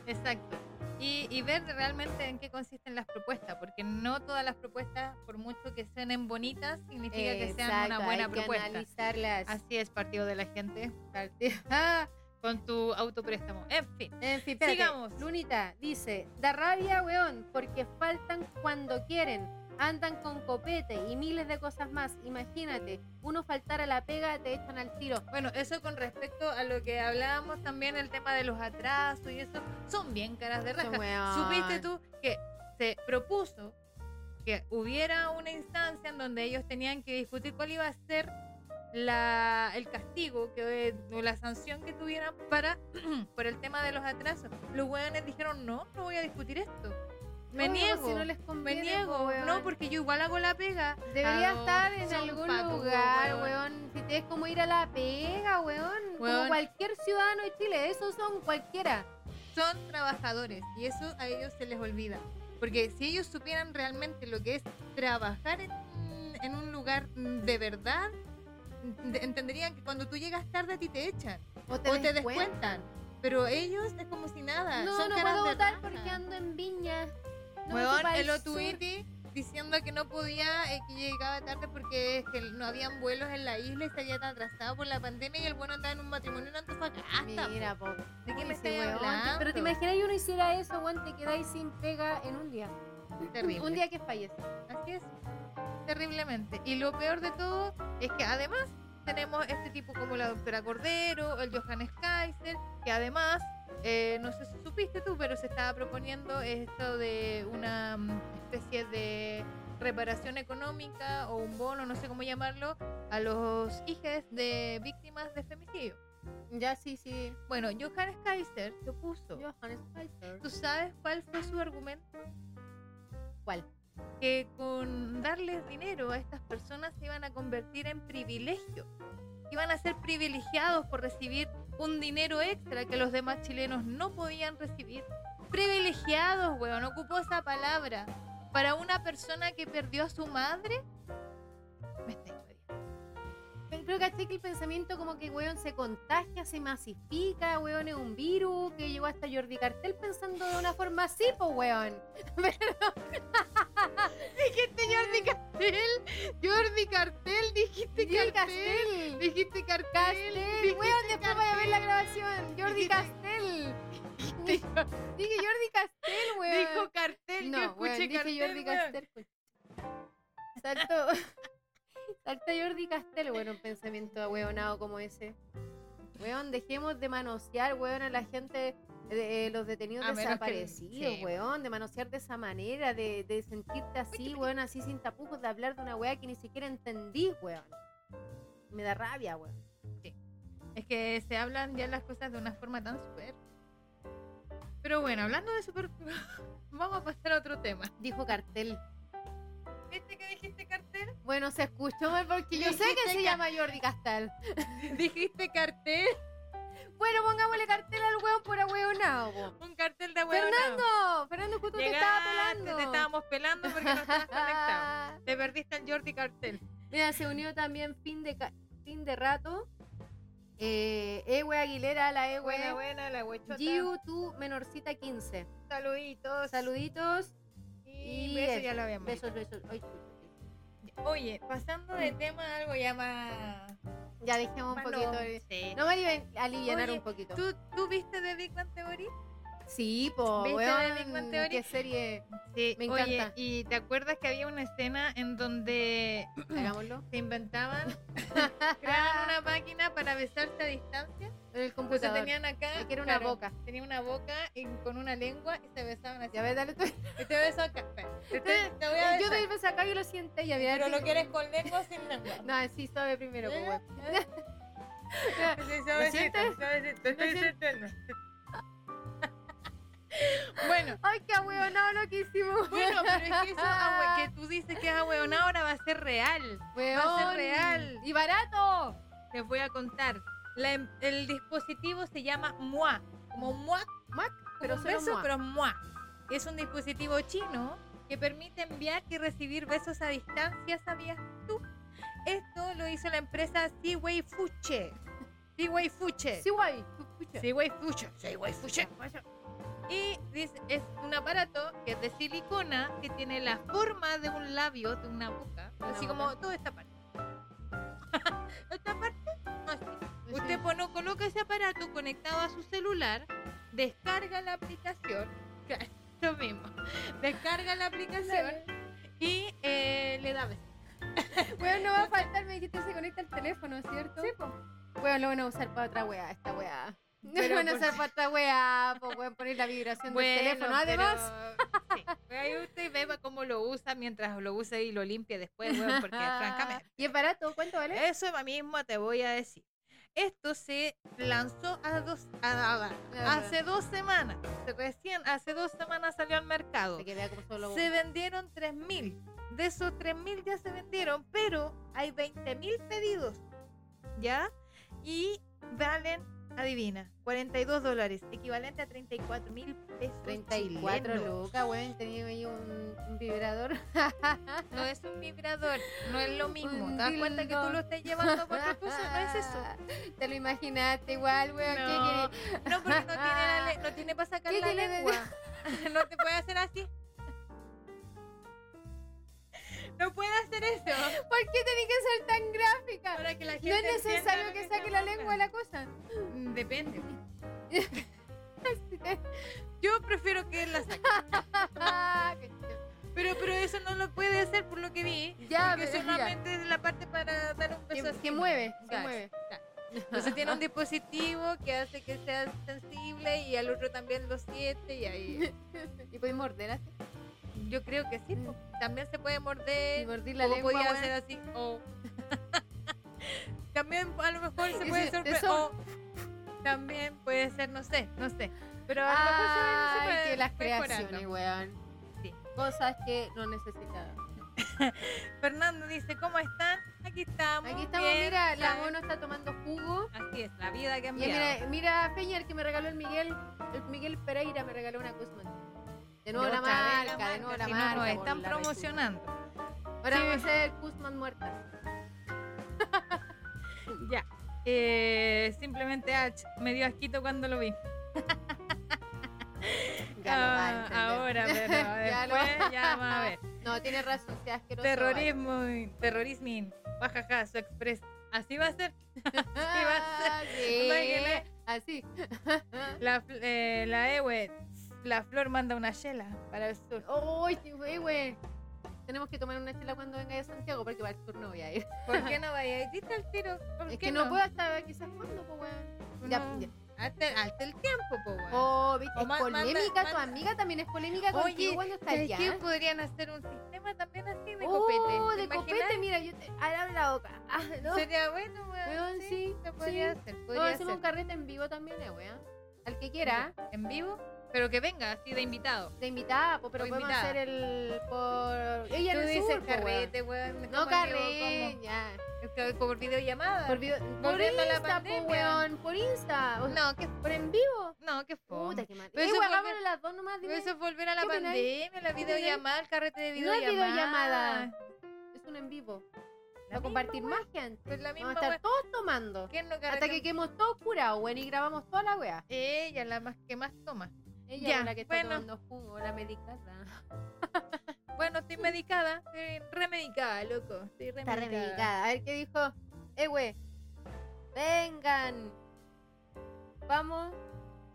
S2: Exacto. Y, y ver realmente en qué consisten las propuestas, porque no todas las propuestas, por mucho que sean bonitas, significa que sean
S1: Exacto,
S2: una
S1: hay
S2: buena
S1: que
S2: propuesta.
S1: analizarlas.
S2: Así es, partido de la gente.
S1: Partido- Ah,
S2: con tu autopréstamo. En fin.
S1: En fin, espérate.
S2: Sigamos.
S1: Lunita dice, da rabia, weón, porque faltan cuando quieren. Andan con copete y miles de cosas más. Imagínate, uno faltar a la pega te echan al tiro.
S2: Bueno, eso con respecto a lo que hablábamos también, el tema de los atrasos y eso, son bien caras de raja.
S1: Weón.
S2: ¿Supiste tú que se propuso que hubiera una instancia en donde ellos tenían que discutir cuál iba a ser la, el castigo que, o la sanción que tuvieran para, por el tema de los atrasos? Los hueones dijeron, no, no voy a discutir esto. Me
S1: No,
S2: niego,
S1: si no les
S2: me
S1: conviene, po,
S2: niego.
S1: weón.
S2: No, porque yo igual hago la pega.
S1: Debería
S2: Ah, no,
S1: estar en
S2: son
S1: algún
S2: pacos,
S1: lugar,
S2: weón.
S1: weón. Si te es como ir a la pega, weón. Como
S2: Weón.
S1: cualquier ciudadano de Chile, esos son cualquiera.
S2: son trabajadores y eso a ellos se les olvida. Porque si ellos supieran realmente lo que es trabajar en, en un lugar de verdad, de- entenderían que cuando tú llegas tarde a ti te echan
S1: O te,
S2: o
S1: descuentan.
S2: te descuentan. Pero ellos es como si nada.
S1: No,
S2: son
S1: no
S2: caras
S1: puedo
S2: de
S1: votar
S2: raja.
S1: porque ando en viña. No me
S2: Weón,
S1: supa al
S2: el
S1: sur.
S2: Otuiti diciendo que no podía, eh, que llegaba tarde porque es que no habían vuelos en la isla y se había atrasado por la pandemia y el bueno andaba en un matrimonio en Antofagasta.
S1: Mira, po.
S2: ¿De qué
S1: Uy,
S2: me
S1: sí,
S2: estoy
S1: weón.
S2: hablando?
S1: Pero te imaginas que uno hiciera eso, weón, te quedáis sin pega en un día.
S2: Terrible.
S1: Un día que fallece.
S2: Así es, terriblemente. Y lo peor de todo es que además tenemos este tipo como la doctora Cordero, el Johannes Kaiser, que además, eh, no sé si supiste tú, pero se estaba proponiendo esto de una mm, especie de reparación económica o un bono, no sé cómo llamarlo, a los hijos de víctimas de femicidio.
S1: Ya sí, sí.
S2: Bueno, Johannes Kaiser se opuso.
S1: Johannes Kaiser.
S2: ¿Tú sabes cuál fue su argumento?
S1: ¿Cuál?
S2: que con darles dinero a estas personas se iban a convertir en privilegio. Iban a ser privilegiados por recibir un dinero extra que los demás chilenos no podían recibir. Privilegiados, weón, ocupó esa palabra. Para una persona que perdió a su madre, me estáis jodiendo.
S1: Pero Creo que caché que el pensamiento como que, weón, se contagia, se masifica, weón, es un virus, que llegó hasta Jordi Cartel pensando de una forma así, po, weón.
S2: Dijiste Jordi Cartel, Jordi Cartel, dijiste
S1: Jordi
S2: Cartel,
S1: Castel.
S2: dijiste Cartel,
S1: Castel. Weón, después voy a ver la grabación. Jordi
S2: Dijiste-
S1: Castel. Dije Jordi Castel, weón.
S2: dijo Cartel, yo
S1: no,
S2: escuché
S1: weón, dije
S2: Cartel,
S1: Jordi
S2: weón.
S1: Castel. pues. Salto, salto Jordi Castel, weón, un pensamiento ahueonado como ese. Weón, dejemos de manosear, weón, a la gente, de, eh, los detenidos
S2: A menos que-
S1: desaparecidos,
S2: sí.
S1: weón, de manosear de esa manera, de, de sentirte así, weón, así sin tapujos, de hablar de una weá que ni siquiera entendí, weón. Me da rabia, weón.
S2: Es que se hablan ya las cosas de una forma tan super. Pero bueno, hablando de super, vamos a pasar a otro tema.
S1: Dijo Cartel.
S2: ¿Viste que dijiste cartel?
S1: Bueno, se escuchó mal porque yo sé que
S2: Dijiste
S1: se
S2: ca-
S1: llama Jordi Castel.
S2: Dijiste cartel,
S1: Bueno, pongámosle cartel al weón por ahueonado, po.
S2: un cartel de huevo.
S1: Fernando, Fernando, justo te estaba pelando.
S2: Te estábamos pelando porque no estabas conectado. Te perdiste al Jordi Cartel.
S1: Mira, se unió también fin de, ca- fin de rato. Eh, Ewe Aguilera, la Ewe.
S2: buena, la huechota.
S1: Giu, tú, menorcita 15.
S2: saluditos.
S1: Saluditos,
S2: Y,
S1: Y
S2: eso
S1: eso.
S2: ya lo habíamos dicho.
S1: besos, besos. Ay, chucha.
S2: Oye, pasando de tema a algo ya más...
S1: ya dejemos un
S2: más
S1: poquito.
S2: no-
S1: el-
S2: sí.
S1: No, Maribel, alivianar
S2: Oye,
S1: un poquito.
S2: ¿Tú, ¿Tú viste de Big Bang Theory?
S1: Sí, po,
S2: ¿Viste la de Big Bang
S1: weón,
S2: Theory?
S1: qué serie.
S2: Sí,
S1: Me
S2: oye,
S1: encanta.
S2: y te acuerdas que había una escena en donde
S1: Hagámoslo.
S2: se inventaban, creaban una máquina para besarse a distancia.
S1: En el
S2: Entonces
S1: computador.
S2: tenían acá.
S1: Ahí que era una boca.
S2: Tenía una boca y con una lengua y se besaban así. "Ah,
S1: Ya ves, dale tú.
S2: Y te beso acá. espera, Te, te- te voy a
S1: Yo te
S2: besar.
S1: empecé acá y lo siente y había.
S2: Pero lo quieres con lengua o sin lengua.
S1: No, sí, suave primero, po, weón.
S2: Sí, suavecito,
S1: sientes?
S2: suavecito, te estoy
S1: sientes?
S2: sintiendo. Bueno,
S1: Ay, qué ahueonado lo que hicimos.
S2: bueno, pero es que eso ah, we- que tú dices que es ahueonado ahora va a ser real.
S1: Weón.
S2: real.
S1: Y barato.
S2: Les voy a contar. La em- el dispositivo se llama MUA. Como MUA,
S1: Mac, pero
S2: un
S1: solo
S2: beso,
S1: mua.
S2: pero MUA. Es un dispositivo chino que permite enviar y recibir besos a distancia, ¿sabías tú? Esto lo hizo la empresa Seaway Fuche. Seaway Fuche.
S1: Sí, guay. tú escucha.
S2: Seaway Fuche. Seaway Fuche. Y dice- es un aparato que es de silicona que tiene la forma de un labio, de una boca.
S1: Una
S2: así
S1: boca.
S2: como toda esta parte. esta parte, así. Usted pone- coloca ese aparato conectado a su celular, descarga la aplicación, lo mismo, descarga la aplicación y eh, le da beso.
S1: Bueno, no va a faltar, me dijiste se conecta el teléfono, ¿cierto?
S2: Sí, po.
S1: Bueno, lo van a usar para otra weá, esta weá. No
S2: Pero
S1: lo van a
S2: por-
S1: usar para otra weá, pues pueden poner la vibración del teléfono. Además,
S2: pero- sí. Pues ahí usted ve cómo lo usa mientras lo usa y lo limpia después, weón, porque francamente.
S1: ¿Y es barato? ¿Cuánto vale?
S2: Eso mismo te voy a decir. Esto se lanzó a dos, a- a-
S1: Ah,
S2: hace dos semanas. Recién, hace dos semanas salió al mercado.
S1: Para que vea como solo
S2: Se vendieron 3.000. De esos 3.000 ya se vendieron, pero hay 20.000 pedidos. ¿Ya? Y valen, adivina, 42 dólares, equivalente a 34.000 pesos.
S1: 34
S2: chilenos.
S1: lucas, weón. Tenía ahí un, un vibrador.
S2: No es un vibrador, no es lo mismo.
S1: Un
S2: ¿Te das cuenta que tú
S1: dildo.
S2: lo estás llevando por otra cosa? No es eso.
S1: Te lo imaginaste igual, weón. ¿Qué
S2: No,
S1: querés?
S2: no, porque no tiene, la le- no tiene para sacar
S1: ¿Qué
S2: la
S1: tiene de-
S2: lengua. No te puede hacer así. No puede hacer eso.
S1: ¿Por qué tenés que ser tan gráfica?
S2: Para que la gente
S1: No es
S2: entienda
S1: necesario
S2: lo
S1: que
S2: está
S1: saque la lengua de la cosa.
S2: hablando. Mm, Depende. Yo prefiero que él la saque.
S1: Ah,
S2: Pero, pero eso no lo puede hacer por lo que vi.
S1: ya,
S2: porque
S1: Ah, pero ya.
S2: solamente es la parte para dar un beso.
S1: Que,
S2: así.
S1: que mueve, que
S2: Claro.
S1: mueve.
S2: Entonces tiene un dispositivo que hace que sea sensible y al otro también lo siente y ahí.
S1: Y podéis morder así.
S2: Yo creo que sí. po. También se puede morder.
S1: Y morder la
S2: Como
S1: lengua.
S2: Eh, podía
S1: weón.
S2: hacer así. o- También a lo mejor se
S1: Y
S2: puede
S1: si te
S2: sorprender.
S1: sor-
S2: También puede ser, no sé, no sé. Pero a lo mejor se va-
S1: Ay,
S2: se va
S1: que las
S2: mejorando.
S1: creaciones, weón.
S2: Sí.
S1: Cosas que no necesitaba.
S2: Fernando dice, ¿cómo están? Aquí estamos.
S1: Aquí estamos,
S2: bien,
S1: mira, la
S2: ¿saben?
S1: mono está tomando jugo.
S2: Así es, la vida que ha
S1: Y
S2: enviado.
S1: mira, mira a Peña, el que me regaló el Miguel, el Miguel Pereira me regaló una Guzmán. De nuevo la
S2: Otra vez
S1: marca, de nuevo la
S2: si no
S1: marca.
S2: nos
S1: por
S2: están
S1: la rechucha.
S2: promocionando.
S1: Ahora
S2: Sí.
S1: vamos a hacer Guzmán muertas.
S2: Ya. Eh, simplemente H me dio asquito cuando lo vi.
S1: Ya lo va a
S2: Ah,
S1: entender.
S2: ahora, pero
S1: Ya lo-
S2: después ya vamos a ver.
S1: No, tiene razón, sea asqueroso.
S2: Terrorismo, terrorismo, jajaja, su express. Así va a ser.
S1: vale.
S2: va a ser.
S1: Ah, sí,
S2: Imagínate.
S1: Así.
S2: La, fl- eh, la Ewe, la flor manda una chela para el sur.
S1: ¡Uy, qué wey, wey! Tenemos que tomar una chela cuando venga de Santiago porque para el sur no voy a ir.
S2: ¿Por qué no vaya? Hiciste el tiro. ¿Por
S1: Es
S2: qué
S1: que no, puedo hasta quizás cuando, pues, weón.
S2: No.
S1: Ya, ya.
S2: Hasta, hasta el tiempo, po, weón.
S1: Oh, viste,
S2: O
S1: es
S2: ma- manda-
S1: polémica, tu
S2: manda-
S1: amiga también es polémica
S2: Oye,
S1: contigo cuando está
S2: ¿Sabes
S1: allá.
S2: qué? podrían hacer un sistema también así de
S1: oh,
S2: copete? ¿Te
S1: de
S2: imaginas?
S1: copete, mira, yo te abro la boca. Ah, no.
S2: Sería bueno, weón.
S1: Weón, sí,
S2: Se podría
S1: sí.
S2: hacer.
S1: Vamos a
S2: Podría
S1: hacer un
S2: hacer.
S1: carrete en vivo también, eh, weón. Al que quiera,
S2: En vivo, pero que venga así de invitado.
S1: te invitaba, po, pues, pero
S2: O
S1: podemos
S2: invitada.
S1: hacer el por. Ella
S2: Tú
S1: en el
S2: dices
S1: sur, pues, po, weón.
S2: carrete, weón.
S1: No
S2: ¿cómo digo?
S1: carrete,
S2: ¿Cómo?
S1: ya.
S2: Es que Por videollamada.
S1: Por, video- por
S2: Volviendo a la
S1: Insta, po,
S2: pandemia.
S1: weón. Por Insta. o-
S2: No, que
S1: Por en vivo.
S2: No, qué
S1: Puta,
S2: fome.
S1: qué mal.
S2: Pero
S1: Eh,
S2: eso
S1: weón,
S2: fue-
S1: hagámoslo las dos nomás,
S2: Pero
S1: dime.
S2: Eso es volver a la
S1: ¿Qué opináis?
S2: pandemia, la
S1: opináis?
S2: videollamada, el carrete de
S1: No es
S2: videollamada.
S1: videollamada. Es un en vivo.
S2: La
S1: Para compartir
S2: misma
S1: más que antes.
S2: Pues
S1: Vamos a
S2: la misma
S1: estar
S2: wea.
S1: todos tomando.
S2: wea. ¿Quién no
S1: Hasta que
S2: carretea?
S1: quedemos todos curados, weón, y grabamos toda la weá.
S2: Ella, la más que más toma.
S1: Ella
S2: Ya,
S1: es la que está
S2: bueno.
S1: tomando jugo, la medicada.
S2: Bueno, estoy medicada, estoy remedicada, loco. Estoy remedicada.
S1: Está re medicada. A ver qué dijo. Eh, güey. Vengan. Vamos.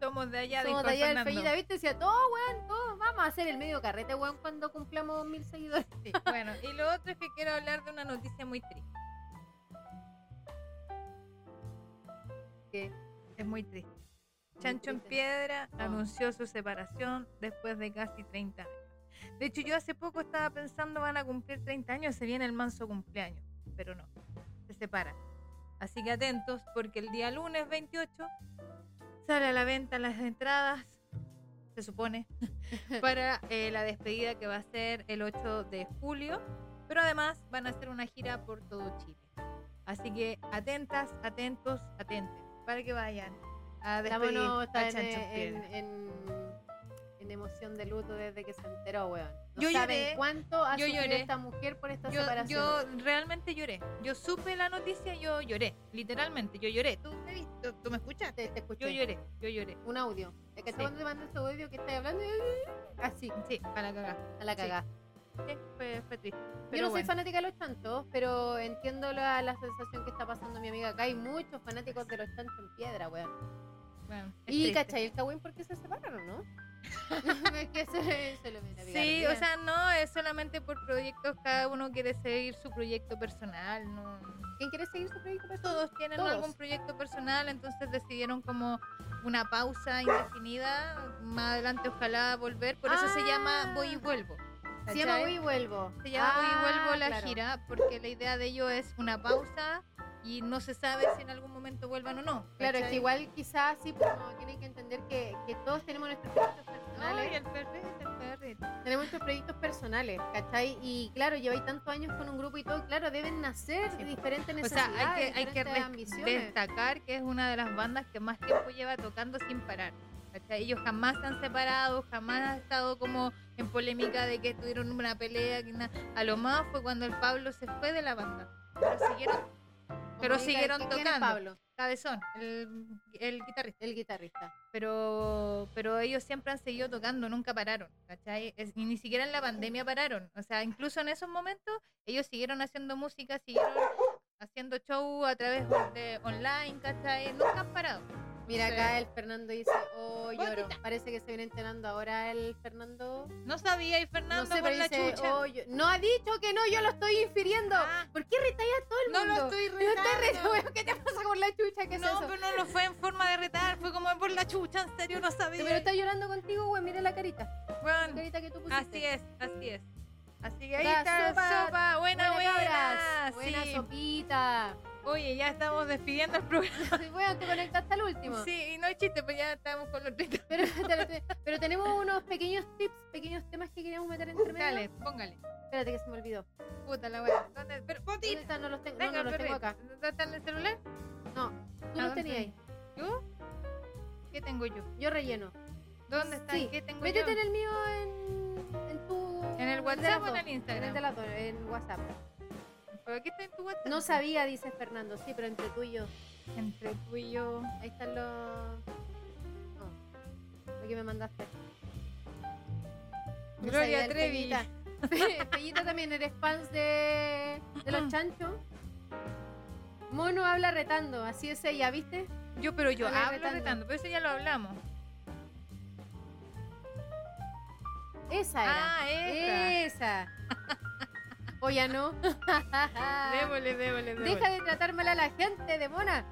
S2: Somos de allá
S1: Somos de
S2: de
S1: allá del
S2: Fernando.
S1: Fellita, ¿viste? Decía, todo, weón, todo. Vamos a hacer el medio carrete, weón, cuando cumplamos mil seguidores.
S2: Sí, Bueno, y lo otro es que quiero hablar de una noticia muy triste.
S1: ¿Qué?
S2: Es muy triste. Chancho en
S1: triste.
S2: Piedra
S1: Ah.
S2: anunció su separación después de casi 30 años. De hecho, yo hace poco estaba pensando, van a cumplir 30 años, se viene el manso cumpleaños, pero no, se separan. Así que atentos, porque el día lunes 28 sale a la venta las entradas, se supone, para eh, la despedida que va a ser el 8 de julio, pero además van a hacer una gira por todo Chile. Así que atentas, atentos, atentes, para que vayan a despedir
S1: Estámonos
S2: a
S1: en,
S2: Chancho en
S1: en,
S2: Piedra.
S1: en- en emoción de luto desde que se enteró, weón. No
S2: Yo
S1: saben
S2: lloré.
S1: cuánto ha
S2: Yo
S1: sufrido
S2: lloré.
S1: esta mujer por esta
S2: Yo,
S1: separación.
S2: yo realmente lloré. Yo supe la noticia, yo lloré. Literalmente, yo lloré. Tú me viste, tú me escuchaste.
S1: te, te escuché.
S2: Yo lloré, yo lloré.
S1: Un audio. Es que
S2: Sí.
S1: cuando te mandan su audio que estás hablando, así,
S2: Sí, para cagar.
S1: a la
S2: Sí.
S1: cagada.
S2: Sí, fue, fue triste.
S1: Yo
S2: Pero
S1: no soy
S2: bueno.
S1: fanática de los chantos, pero entiendo la, la sensación que está pasando mi amiga acá. Hay muchos fanáticos de los chantos en piedra, weón.
S2: bueno, es
S1: Y
S2: triste.
S1: cachai, el Kawin, ¿por qué se separaron, no? es que eso, eso lo mira,
S2: Sí, o sea, no, es solamente por proyectos, cada uno quiere seguir su proyecto personal, no.
S1: ¿Quién quiere seguir su proyecto personal?
S2: Todos tienen
S1: Todos.
S2: algún proyecto personal, entonces decidieron como una pausa indefinida, más adelante ojalá volver, por eso se llama Voy y
S1: Ah.
S2: Vuelvo.
S1: Se llama
S2: ¿cachai?
S1: Voy y Vuelvo.
S2: Se llama Voy y Vuelvo
S1: Ah,
S2: la
S1: claro.
S2: gira, porque la idea de ello es una pausa y no se sabe si en algún momento vuelvan o no.
S1: Claro, es
S2: ¿cachai?
S1: que igual quizás sí, pues, como tienen que entender que, que todos tenemos nuestros proyectos personales.
S2: Ay, el perrito, el perrito.
S1: Tenemos nuestros proyectos personales, ¿cachai? Y claro, lleváis tantos años con un grupo y todo, claro, deben nacer
S2: Sí.
S1: diferentes
S2: O sea,
S1: necesidades,
S2: hay que, hay que
S1: diferentes
S2: res-
S1: ambiciones.
S2: destacar que es una de las bandas que más tiempo lleva tocando sin parar. ¿cachai? Ellos jamás se han separado, jamás han estado como en polémica de que tuvieron una pelea. Que na- A lo más fue cuando el Pablo se fue de la banda. Pero siguieron
S1: Como
S2: pero
S1: diga,
S2: siguieron
S1: ¿quién es
S2: tocando.
S1: Pablo,
S2: cabezón, el, el guitarrista.
S1: el guitarrista.
S2: Pero, pero ellos siempre han seguido tocando, nunca pararon. ¿cachai? Es- y ni siquiera en la pandemia pararon. O sea, incluso en esos momentos ellos siguieron haciendo música, siguieron haciendo show a través de online, ¿cachai? Nunca han parado.
S1: Mira,
S2: Sí.
S1: acá el Fernando dice, oh, lloro.
S2: Bonita.
S1: Parece que se viene enterando ahora el Fernando.
S2: No sabía, y
S1: No
S2: Fernando
S1: sé,
S2: con
S1: pero
S2: la
S1: dice,
S2: chucha.
S1: oh, yo- No ha dicho que no, yo lo estoy infiriendo.
S2: Ah,
S1: ¿Por qué retáis a todo el
S2: no lo
S1: mundo?
S2: estoy
S1: Yo estoy
S2: retando.
S1: re- ¿Qué te pasa con la chucha? ¿Qué es
S2: no,
S1: eso?
S2: pero no lo fue en forma de retar, fue como por la chucha, en serio, no sabía.
S1: Pero está llorando contigo, güey. Mira la carita. La
S2: Weón,
S1: carita que tú pusiste.
S2: así es, así es. Así que ahí
S1: La
S2: está, sopa,
S1: sopa.
S2: buena,
S1: Buena,
S2: buena.
S1: cabras. Buena
S2: sí.
S1: sopita.
S2: Oye, ya estamos despidiendo el programa.
S1: Sí, bueno, te conectaste al último.
S2: Sí, y no es chiste, pues ya estamos con los 30.
S1: Pero, pero tenemos unos pequeños tips, pequeños temas que queríamos meter entre medio.
S2: Dale, póngale.
S1: Espérate que se me olvidó.
S2: Puta la wea. ¿Dónde? Pero,
S1: ¿Dónde
S2: Botín.
S1: están? No los tengo, no,
S2: Venga,
S1: no los tengo
S2: perrito.
S1: acá.
S2: ¿Dónde está en el celular?
S1: No, tú
S2: ¿A
S1: los
S2: dónde?
S1: tenías ahí.
S2: ¿Yo? ¿Qué tengo yo?
S1: Yo relleno.
S2: ¿Dónde está?
S1: Sí,
S2: ¿Qué tengo
S1: Métete en
S2: Pues yo?
S1: el mío en, en tu...
S2: ¿En el
S1: de
S2: WhatsApp
S1: las
S2: o en
S1: dos.
S2: el Instagram?
S1: En el de las dos, en WhatsApp.
S2: ¿Pero aquí está en tu WhatsApp?
S1: No sabía, dice Fernando. Sí, pero entre tú y yo.
S2: Entre tú y yo.
S1: Ahí están los... No, lo que me mandaste. No sabía
S2: Gloria
S1: del
S2: Trevi.
S1: Pellita. Pellita también, eres fans de, de los chanchos. Mono habla retando, así es ella, ¿viste?
S2: Yo, pero yo
S1: Habla
S2: hablo
S1: retando.
S2: retando. pero eso ya lo hablamos.
S1: Esa era.
S2: Ah, esta.
S1: esa. O ya no.
S2: Débole, débole, débole.
S1: Deja de tratar mal a la gente, demona.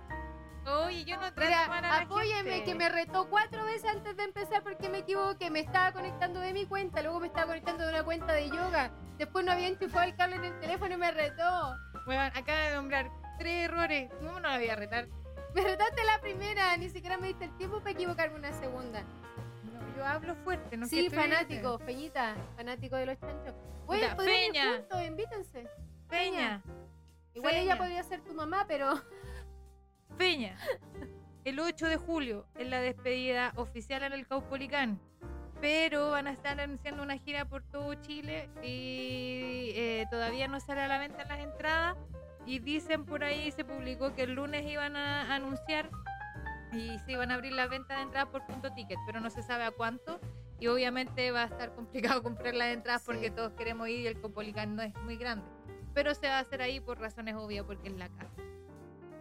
S2: Oye, yo no trato mal a
S1: Mira,
S2: la
S1: apóyeme,
S2: gente.
S1: que me retó cuatro veces antes de empezar porque me equivoqué. Me estaba conectando de mi cuenta, luego me estaba conectando de una cuenta de yoga. Después no había enchufado el cable en el teléfono y me retó.
S2: Weón, acaba de nombrar tres errores. ¿Cómo no la voy a retar?
S1: Me retaste la primera, ni siquiera me diste el tiempo para equivocarme una segunda.
S2: No, yo hablo fuerte, no sé
S1: sí,
S2: qué estoy este,
S1: fanático, Peñita, fanático de los chanchos. Oye,
S2: Puta,
S1: podrían ir
S2: Peña.
S1: juntos, invítense.
S2: diciendo. Peña,
S1: Igual
S2: Peña.
S1: ella podría ser tu mamá, pero
S2: Peña. El 8 de julio es la despedida oficial en el Caupolicán. Pero van a estar anunciando una gira por todo Chile y eh, todavía no sale a la venta las entradas. Y dicen por ahí, se publicó que el lunes iban a anunciar y se iban a abrir las ventas de entradas por punto ticket, pero no se sabe a cuánto. Y obviamente va a estar complicado comprar las entradas
S1: Sí.
S2: porque todos queremos ir y el Copolicán no es muy grande. Pero se va a hacer ahí por razones obvias porque es la casa.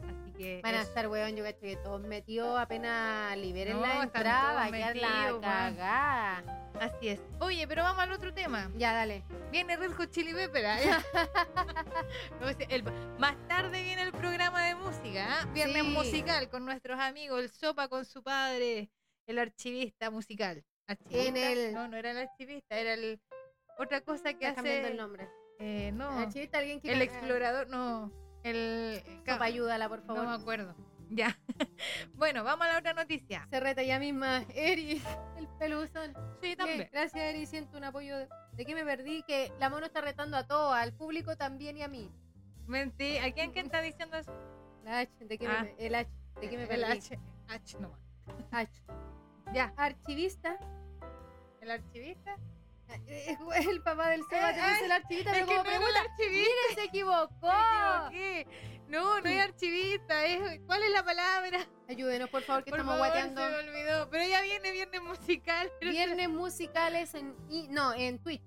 S2: Así que.
S1: van a
S2: eso.
S1: estar, weón, yo cacho que todos metidos, apenas liberen
S2: No,
S1: la
S2: están
S1: entrada, va a
S2: todos
S1: quedar
S2: metidos,
S1: la
S2: weón.
S1: cagada.
S2: Así es. Oye, pero vamos al otro tema.
S1: Ya, dale.
S2: Viene Red Hot Chili Pepper. ¿ah? No sé, el- más tarde viene el programa de música, ¿ah? Viernes
S1: Sí.
S2: musical con nuestros amigos, el Sopa con su padre, el archivista musical. ¿Archivista?
S1: En el-
S2: No, no era el archivista, era el otra cosa que
S1: Está cambiando
S2: hace
S1: el nombre. Ah,
S2: eh, no,
S1: El chivista, alguien que...
S2: el explorador, no, el
S1: Sopa, ayúdala, por
S2: no
S1: favor.
S2: me acuerdo. Ya. bueno, vamos a la otra noticia.
S1: Se reta ya misma, Eri, el peluzón.
S2: Sí,
S1: Bien,
S2: también.
S1: gracias, Eri. Siento un apoyo. ¿De, ¿De qué me perdí? Que la mono está retando a todo, al público también y a mí.
S2: Mentí. ¿A quién quién está diciendo eso?
S1: La H, ¿de qué
S2: Ah.
S1: me, el H, ¿de qué me
S2: el
S1: perdí?
S2: H, H nomás.
S1: H.
S2: Ya,
S1: Archivista.
S2: el archivista.
S1: Eh, eh, El papá del Seba
S2: Eh,
S1: te
S2: ay,
S1: dice el archivista, pero como
S2: es el
S1: pregunta,
S2: archivista.
S1: ¡miren, se equivocó!
S2: Me equivoqué. No, no es archivista, es ¿cuál es la palabra?
S1: Ayúdenos, por favor, que
S2: Por
S1: estamos
S2: favor,
S1: guateando.
S2: Se me olvidó, pero ya viene viernes musical, pero
S1: Viernes musicales en, y, no, en Twitch.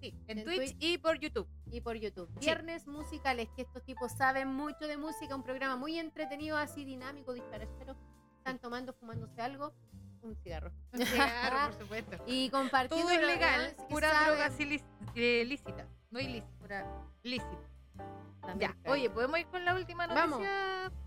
S2: Sí, en,
S1: En
S2: Twitch,
S1: Twitch.
S2: y por YouTube.
S1: y por YouTube.
S2: Sí.
S1: Viernes musicales, que estos tipos saben mucho de música, un programa muy entretenido, así dinámico, disparatero. Están tomando, fumándose algo, un cigarro.
S2: Claro, por supuesto.
S1: Y compartiendo.
S2: Todo es
S1: lo-
S2: legal,
S1: ¿verdad? Sí que
S2: pura
S1: saben.
S2: droga así lic- eh, lícita. No ilícita, pura lícita.
S1: También,
S2: Ya,
S1: claro.
S2: oye, ¿podemos ir con la última noticia?
S1: Vamos.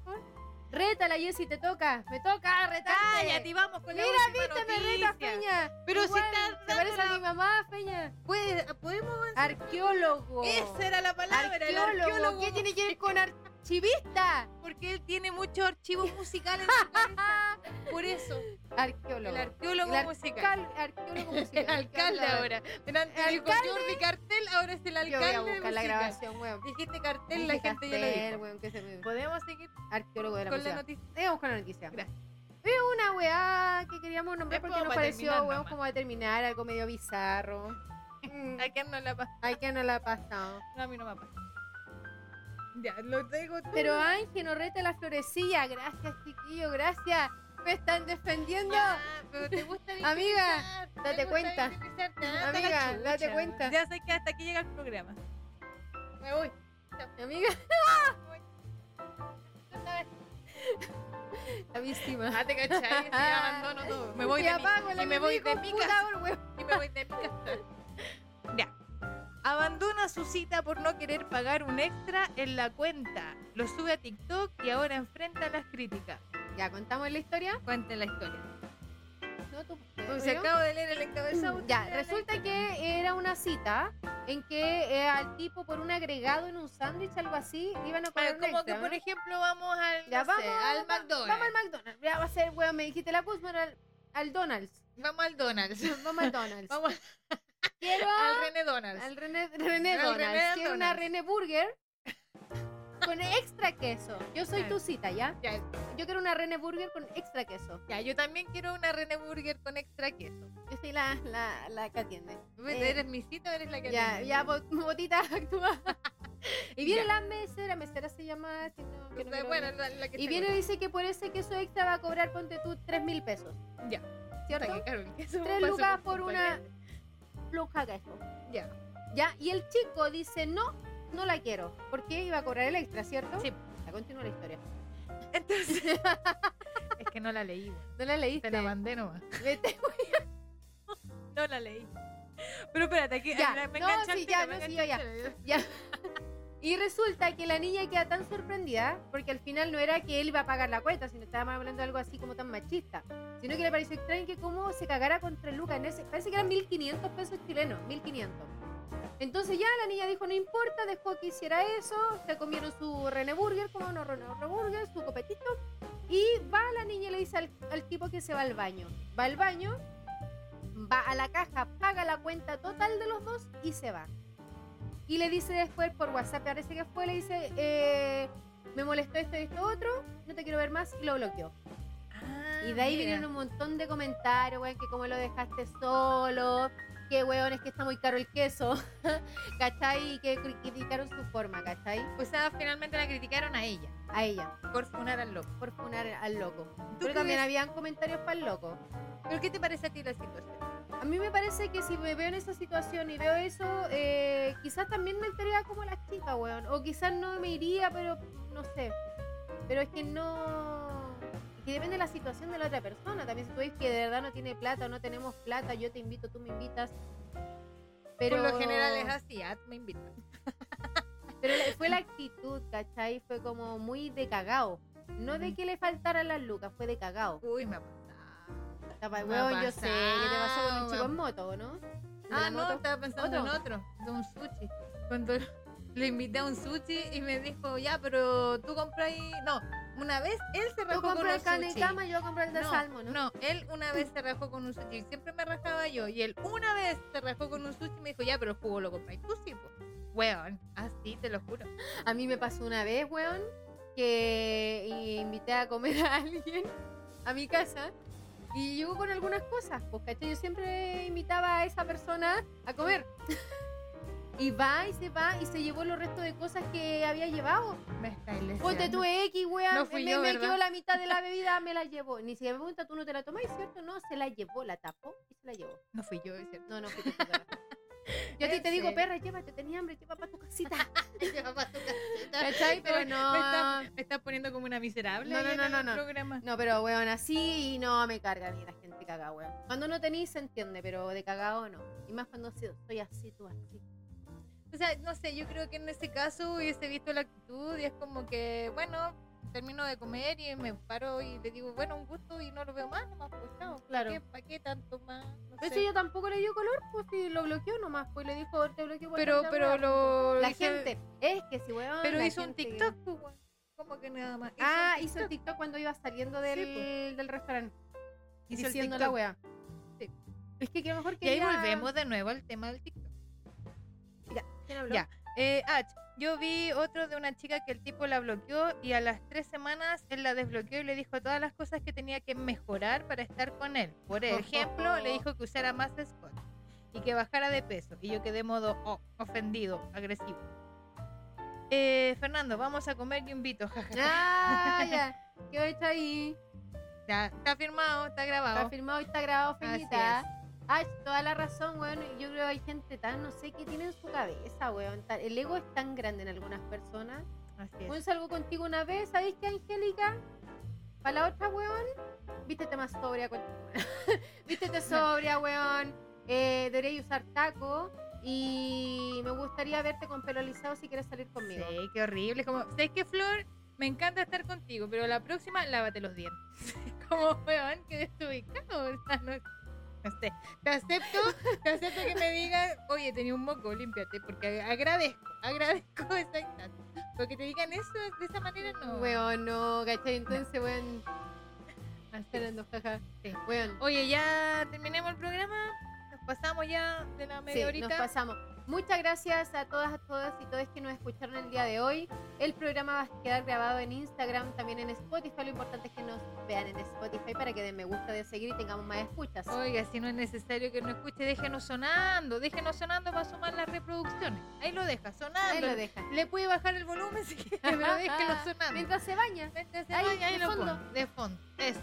S2: por favor?
S1: Rétala, Jessy, te toca. Me toca, retarte.
S2: Cállate, vamos con
S1: Mira,
S2: la última
S1: Te me
S2: noticia.
S1: retas, Feña.
S2: Pero si
S1: Igual,
S2: está
S1: Te
S2: dando
S1: parece
S2: la-
S1: a mi mamá, Feña.
S2: Puede- Pues, ¿Podemos avanzar?
S1: Arqueólogo.
S2: Esa era la palabra, el
S1: arqueólogo.
S2: arqueólogo.
S1: ¿Qué tiene que ver con archivista?
S2: Porque él tiene muchos archivos musicales. en su cabeza. Por eso, el
S1: Arqueólogo.
S2: arqueólogo
S1: El
S2: musical.
S1: Cal- arqueólogo musical.
S2: El alcalde ahora. Delante
S1: El
S2: dijo Jordi Cartel, ahora es el
S1: Yo
S2: alcalde.
S1: voy a
S2: de
S1: buscar la
S2: musical.
S1: grabación, weón.
S2: Dijiste cartel, la
S1: Dije
S2: gente ya lo
S1: Castel,
S2: dijo.
S1: weón, que se me-
S2: Podemos seguir
S1: Arqueólogo de la
S2: con la
S1: música.
S2: noticia.
S1: Vamos con la noticia.
S2: Gracias.
S1: Es una weá que queríamos nombrar
S2: Es
S1: porque
S2: como
S1: nos
S2: para
S1: pareció,
S2: terminar
S1: weón,
S2: nomás.
S1: como de terminar, algo medio bizarro. Mm,
S2: Ay, que no la pasa.
S1: Ay, que no la ha pasado.
S2: No, a mí no me pasa. Ya, lo traigo tú.
S1: Pero Ángel, no reta la florecilla. Gracias, chiquillo, gracias. Me están defendiendo.
S2: Ya, pero te gusta
S1: Amiga,
S2: victimizar, te
S1: date
S2: gusta
S1: cuenta.
S2: victimizarte. Ah,
S1: Amiga,
S2: está la chucha.
S1: date cuenta.
S2: Ya sé que hasta aquí llega el programa. Me voy.
S1: Mi amiga. La víctima.
S2: Ah, te cachai, sí, abandono todo. Me voy
S1: Y
S2: de mi,
S1: apago la
S2: y me voy de mi casa.
S1: computador, weón.
S2: Y me voy de mi casa. Ya. Abandona su cita por no querer pagar un extra en la cuenta. Lo sube a TikTok y ahora enfrenta las críticas.
S1: Ya, contamos la historia.
S2: Cuenten la historia.
S1: No, tú-
S2: Pues
S1: ¿no?
S2: acabo de leer el encabezado.
S1: Mm, Ya, resulta que era una cita en que eh, al tipo por un agregado en un sándwich, algo así, le iban a
S2: Bueno,
S1: pagar un
S2: Ah, como
S1: extra,
S2: que, por
S1: ¿no?
S2: ejemplo, vamos al,
S1: Ya,
S2: no sé,
S1: vamos,
S2: al
S1: vamos,
S2: McDonald's.
S1: Vamos al McDonald's. Ya va a ser, weón, me dijiste la Guzmán al, al Donald's.
S2: Vamos al Donald's.
S1: Vamos al Donald's.
S2: Vamos
S1: Quiero
S2: al René Donald's.
S1: Ah, al René, René
S2: Al
S1: Donald's.
S2: René
S1: Quiero una
S2: Donald's.
S1: René Burger con extra queso. Yo soy
S2: Claro.
S1: tu cita, ¿ya?
S2: Ya,
S1: Yo quiero una René Burger con extra queso.
S2: ya, yo también quiero una René Burger con extra queso.
S1: Yo soy la, la, la que atiende. Eh,
S2: eres mi cita, eres la que
S1: Ya,
S2: atiende.
S1: ya, bot- botita actúa. Y viene
S2: Ya.
S1: la mesera, mesera se llama. que no- que no quiero
S2: bueno,
S1: hablar.
S2: la, la que
S1: y
S2: te
S1: viene y
S2: gusta.
S1: dice que por ese queso extra va a cobrar, ponte tú, 3 mil pesos.
S2: Ya.
S1: ¿Cierto?
S2: Puta, que caro el queso,
S1: Tres
S2: pasó
S1: lucas por
S2: su
S1: una
S2: paquete.
S1: floja queso.
S2: Ya.
S1: Ya, y el chico dice, no, no la quiero. Porque iba a cobrar el extra, ¿cierto?
S2: Sí.
S1: Ya continúa la historia.
S2: Entonces. es que no la leí, güey.
S1: No la leíste.
S2: Te la mandé nomás.
S1: Vete.
S2: No la leí. Pero espérate, aquí
S1: Ya,
S2: me
S1: no,
S2: enganchaste,
S1: sí, ya,
S2: me
S1: no, sí, yo ya.
S2: enganchaste.
S1: Ya. Y resulta que la niña queda tan sorprendida porque al final no era que él iba a pagar la cuenta, sino estábamos hablando de algo así como tan machista, sino que le pareció extraño que cómo se cagara con tres lucas. en ese- Parece que eran 1.500 pesos chilenos, 1.500. Entonces ya la niña dijo, no importa, dejó que hiciera eso, se comieron su René Burger, como no René Burger, su copetito, y va la niña y le dice al, al tipo que se va al baño. Va al baño, va a la caja, paga la cuenta total de los dos y se va. Y le dice después por WhatsApp, parece que fue, le dice, eh, me molestó esto y esto otro, no te quiero ver más, y lo bloqueó.
S2: Ah,
S1: Y de ahí
S2: mira.
S1: vinieron un montón de comentarios, weón, que cómo lo dejaste solo, que weón, es que está muy caro el queso, ¿cachai? Y que criticaron su forma, ¿cachai?
S2: O sea, pues, ah, finalmente la criticaron a ella
S1: A ella,
S2: por funar al loco.
S1: por funar al loco.
S2: ¿Tú
S1: Pero
S2: qué
S1: también
S2: ves?
S1: habían comentarios para el loco.
S2: ¿Pero qué te parece a ti la situación?
S1: A mí me parece que si me veo en esa situación y veo eso, eh, quizás también me entraría como las chicas, weón. O quizás no me iría, pero no sé. Pero es que no. es Que depende de la situación de la otra persona. También si tú ves que de verdad no tiene plata o no tenemos plata, yo te invito, tú me invitas. Pero
S2: Por lo general es así, ah, me invitan.
S1: Pero la- fue la actitud, ¿cachai? Fue como muy de cagao. No de que le faltaran las lucas, fue de cagao.
S2: Uy, me ha pasado.
S1: Tapa,
S2: Me ha
S1: Weón, yo sé que te pasó con
S2: pasado,
S1: un chico en
S2: weón.
S1: moto, ¿o ¿no?
S2: Ah,
S1: La moto.
S2: no, estaba pensando
S1: ¿Otro?
S2: en otro, de un sushi. Cuando le invité a un sushi y me dijo, ya, pero tú compras ahí. No, una vez él se
S1: Tú
S2: rajó con
S1: compras
S2: un
S1: el carne
S2: sushi.
S1: de cama y yo compro el de salmo, ¿no?
S2: no, él una vez se rajó con un sushi. Siempre me rajaba yo. Y él una vez se rajó con un sushi y me dijo, ya, pero el jugo lo compras tú, sí, po". Weón, así te lo juro.
S1: A mí me pasó una vez, weón, que invité a comer a alguien a mi casa y llegó con algunas cosas, pues, ¿cachai? Yo siempre invitaba a esa persona a comer. Y va y se va y se llevó los restos de cosas que había llevado.
S2: Me estáis
S1: Ponte
S2: leseando.
S1: tu X, weón.
S2: No fui
S1: me
S2: yo,
S1: me
S2: ¿verdad?
S1: quedó la mitad de la bebida, me la llevó. Ni siquiera me pregunta, tú no te la tomáis, ¿cierto? No, se la llevó, la tapó y se la llevó.
S2: No fui yo, es cierto.
S1: No, no fui yo. Yo a ti
S2: Eso
S1: te te digo,
S2: sí.
S1: perra, llévate, tenía hambre, lleva para tu casita.
S2: Lleva pa' tu casita.
S1: ¿Cachai? Pero
S2: Me-
S1: no.
S2: Me estás está poniendo como una miserable
S1: No, no,
S2: en
S1: no,
S2: el
S1: no, no.
S2: programa.
S1: No, pero weón, así y no me carga ni la gente cagada, weón. Cuando no tenéis se entiende, pero de cagado no. Y más cuando si- soy así, tú así.
S2: O sea, no sé, yo creo que en ese caso hubiese visto la actitud y es como que, bueno, termino de comer y me paro y le digo, bueno, un gusto y no lo veo más, no más pues, chao. ¿Para
S1: Claro.
S2: qué- ¿Para qué tanto más? No
S1: De hecho,
S2: sé.
S1: ella tampoco le dio color, pues si lo bloqueó nomás, pues le dijo, te bloqueó por
S2: pero
S1: tanta
S2: pero
S1: weá".
S2: lo
S1: La
S2: hizo-
S1: gente, es que si weón.
S2: pero
S1: la
S2: hizo un
S1: gente-
S2: TikTok, pues, weón. como que nada más. un
S1: Ah, hizo el
S2: TikTok.
S1: TikTok cuando iba saliendo del, del restaurante.
S2: Hizo el
S1: diciendo la
S2: TikTok.
S1: weá.
S2: Sí.
S1: Es que, que a lo mejor
S2: Y ahí
S1: quería-
S2: volvemos de nuevo al tema del TikTok.
S1: ¿Quién habló?
S2: Ya. Eh, Ach, yo vi otro de una chica que el tipo la bloqueó y a las tres semanas él la desbloqueó y le dijo todas las cosas que tenía que mejorar para estar con él. Por ejemplo, le dijo que usara más scotch y que bajara de peso. Y yo quedé modo oh, ofendido, agresivo. Eh, Fernando, vamos a comer, yo invito. jaja.
S1: Ah, ya. ¿Qué ha hecho ahí?
S2: Ya, está firmado, está
S1: Está
S2: grabado.
S1: firmado y está grabado,
S2: Así
S1: Feñita.
S2: es.
S1: Ah, toda la razón, weón. Yo creo que hay gente tan, no sé qué tiene en su cabeza, weón. Tan- El ego es tan grande en algunas personas.
S2: Así es.
S1: Weón, salgo contigo una vez, ¿sabéis qué, Angélica? Para la otra, weón, vístete más sobria, con... vístete sobria, weón. Eh, debería usar taco. Y me gustaría verte con pelo alisado si quieres salir conmigo.
S2: Sí, qué horrible. es Como, ¿sabes qué, Flor? Me encanta estar contigo, pero la próxima, lávate los dientes. Como, weón, que desubicado. O sea, no, no sé. Te acepto, te acepto que me digas, oye, tenía un moco, límpiate, porque agradezco, agradezco esa instancia. Pero que te digan eso de esa manera, no.
S1: Weón, no, ¿cachai? Entonces, weón,
S2: Así es.
S1: esperando, jaja.
S2: Sí.
S1: Weón.
S2: Oye, ya terminemos el programa. Nos pasamos ya de la media
S1: sí,
S2: horita.
S1: nos pasamos. Muchas gracias a todas, a todas y todos que nos escucharon el día de hoy. El programa va a quedar grabado en Instagram, también en Spotify. Lo importante es que nos vean en Spotify para que den me gusta de seguir y tengamos más escuchas.
S2: Oiga, si no es necesario que no escuche, déjenos sonando, déjenos sonando para sumar las reproducciones. Ahí lo deja,
S1: Ahí
S2: sonando.
S1: lo dejan.
S2: Le puede bajar el volumen si quiere, pero déjelo sonando.
S1: Mientras se baña.
S2: Mientras se
S1: Ahí,
S2: vaya, ahí
S1: de
S2: lo
S1: fondo.
S2: pone, de fondo. Eso.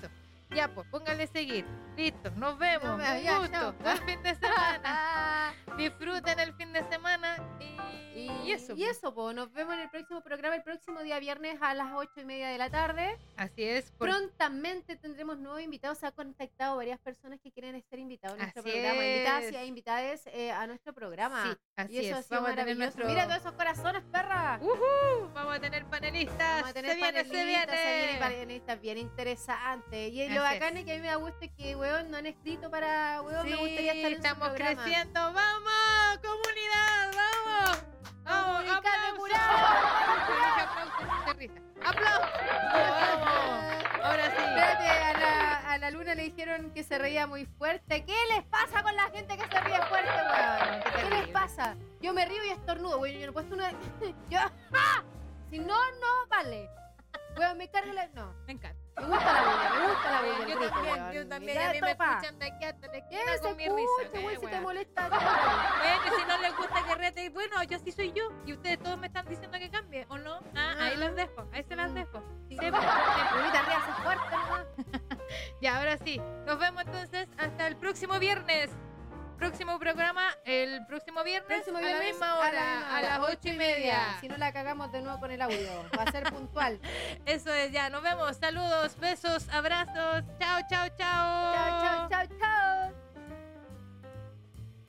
S2: Ya, pues, póngale seguir. Listo, nos vemos.
S1: Nos vemos,
S2: Un
S1: ya,
S2: gusto.
S1: chao.
S2: Buen fin de semana. Disfruten el fin de semana. Y,
S1: Y,
S2: y eso.
S1: y eso, po. nos vemos en el próximo programa, el próximo día viernes a las 8 y media de la tarde.
S2: Así es. por-
S1: Prontamente tendremos nuevos invitados. Se ha contactado varias personas que quieren ser invitados a nuestro
S2: Así
S1: programa. Invitadas
S2: es.
S1: y invitadas eh, a nuestro programa.
S2: Sí, así
S1: y eso
S2: es.
S1: ha sido
S2: Vamos a tener
S1: maravilloso.
S2: nuestro.
S1: Mira todos esos corazones, perra.
S2: ¡Ujú! Vamos a tener panelistas.
S1: Vamos a tener
S2: se viene, se viene.
S1: panelistas, se vienen panelistas bien interesantes. Y lo
S2: Así es.
S1: bacán es que a mí me da gusto es que, weón, no han escrito para, weón, me
S2: Sí,
S1: gustaría estar en su
S2: estamos
S1: programa.
S2: creciendo. ¡Vamos, comunidad! ¡Vamos! ¡Vamos!
S1: Comunicado
S2: ¡Aplausos!
S1: curado.
S2: Aplausos, de risa. ¡Aplausos! ¡Vamos! Ahora sí.
S1: Espérate, a la, a la luna le dijeron que se reía muy fuerte. ¿Qué les pasa con la gente que se ríe fuerte, weón?
S2: Qué
S1: ¿Qué les
S2: terrible.
S1: pasa? Yo me río y estornudo, weón. Yo no puedo estornudar. Yo, ¡ah! Si no, no vale. Weón, me carga la... No.
S2: Me encanta.
S1: Me gusta la bulla, me gusta la bulla. el
S2: Yo
S1: grito,
S2: también,
S1: weón.
S2: yo también.
S1: Ya,
S2: A mí me
S1: topa.
S2: escuchan de aquí hasta la
S1: ¿Qué
S2: esquina
S1: se
S2: con mi
S1: escucha,
S2: risa.
S1: weón?
S2: eh,
S1: Si te
S2: weón.
S1: molesta, topa.
S2: Bueno, si no les gusta que rete, bueno, yo sí soy yo. Y ustedes todos me están diciendo que cambie, ¿o no? Ah, Mm. ahí
S1: Ah.
S2: las dejo, ahí se las dejo.
S1: Sí,
S2: Se-
S1: topa. Bonita, ríase fuerte, nomás.
S2: Ya, ahora sí. Nos vemos entonces hasta el próximo viernes. Próximo programa, el próximo viernes,
S1: Próximo
S2: a la
S1: viernes
S2: misma hora, a, las ocho y media.
S1: Si no la cagamos de nuevo con el audio. Va a ser puntual.
S2: Eso es, ya, nos vemos. Saludos, besos, abrazos. Chao, chao, chao.
S1: chao, chao, chao, chao.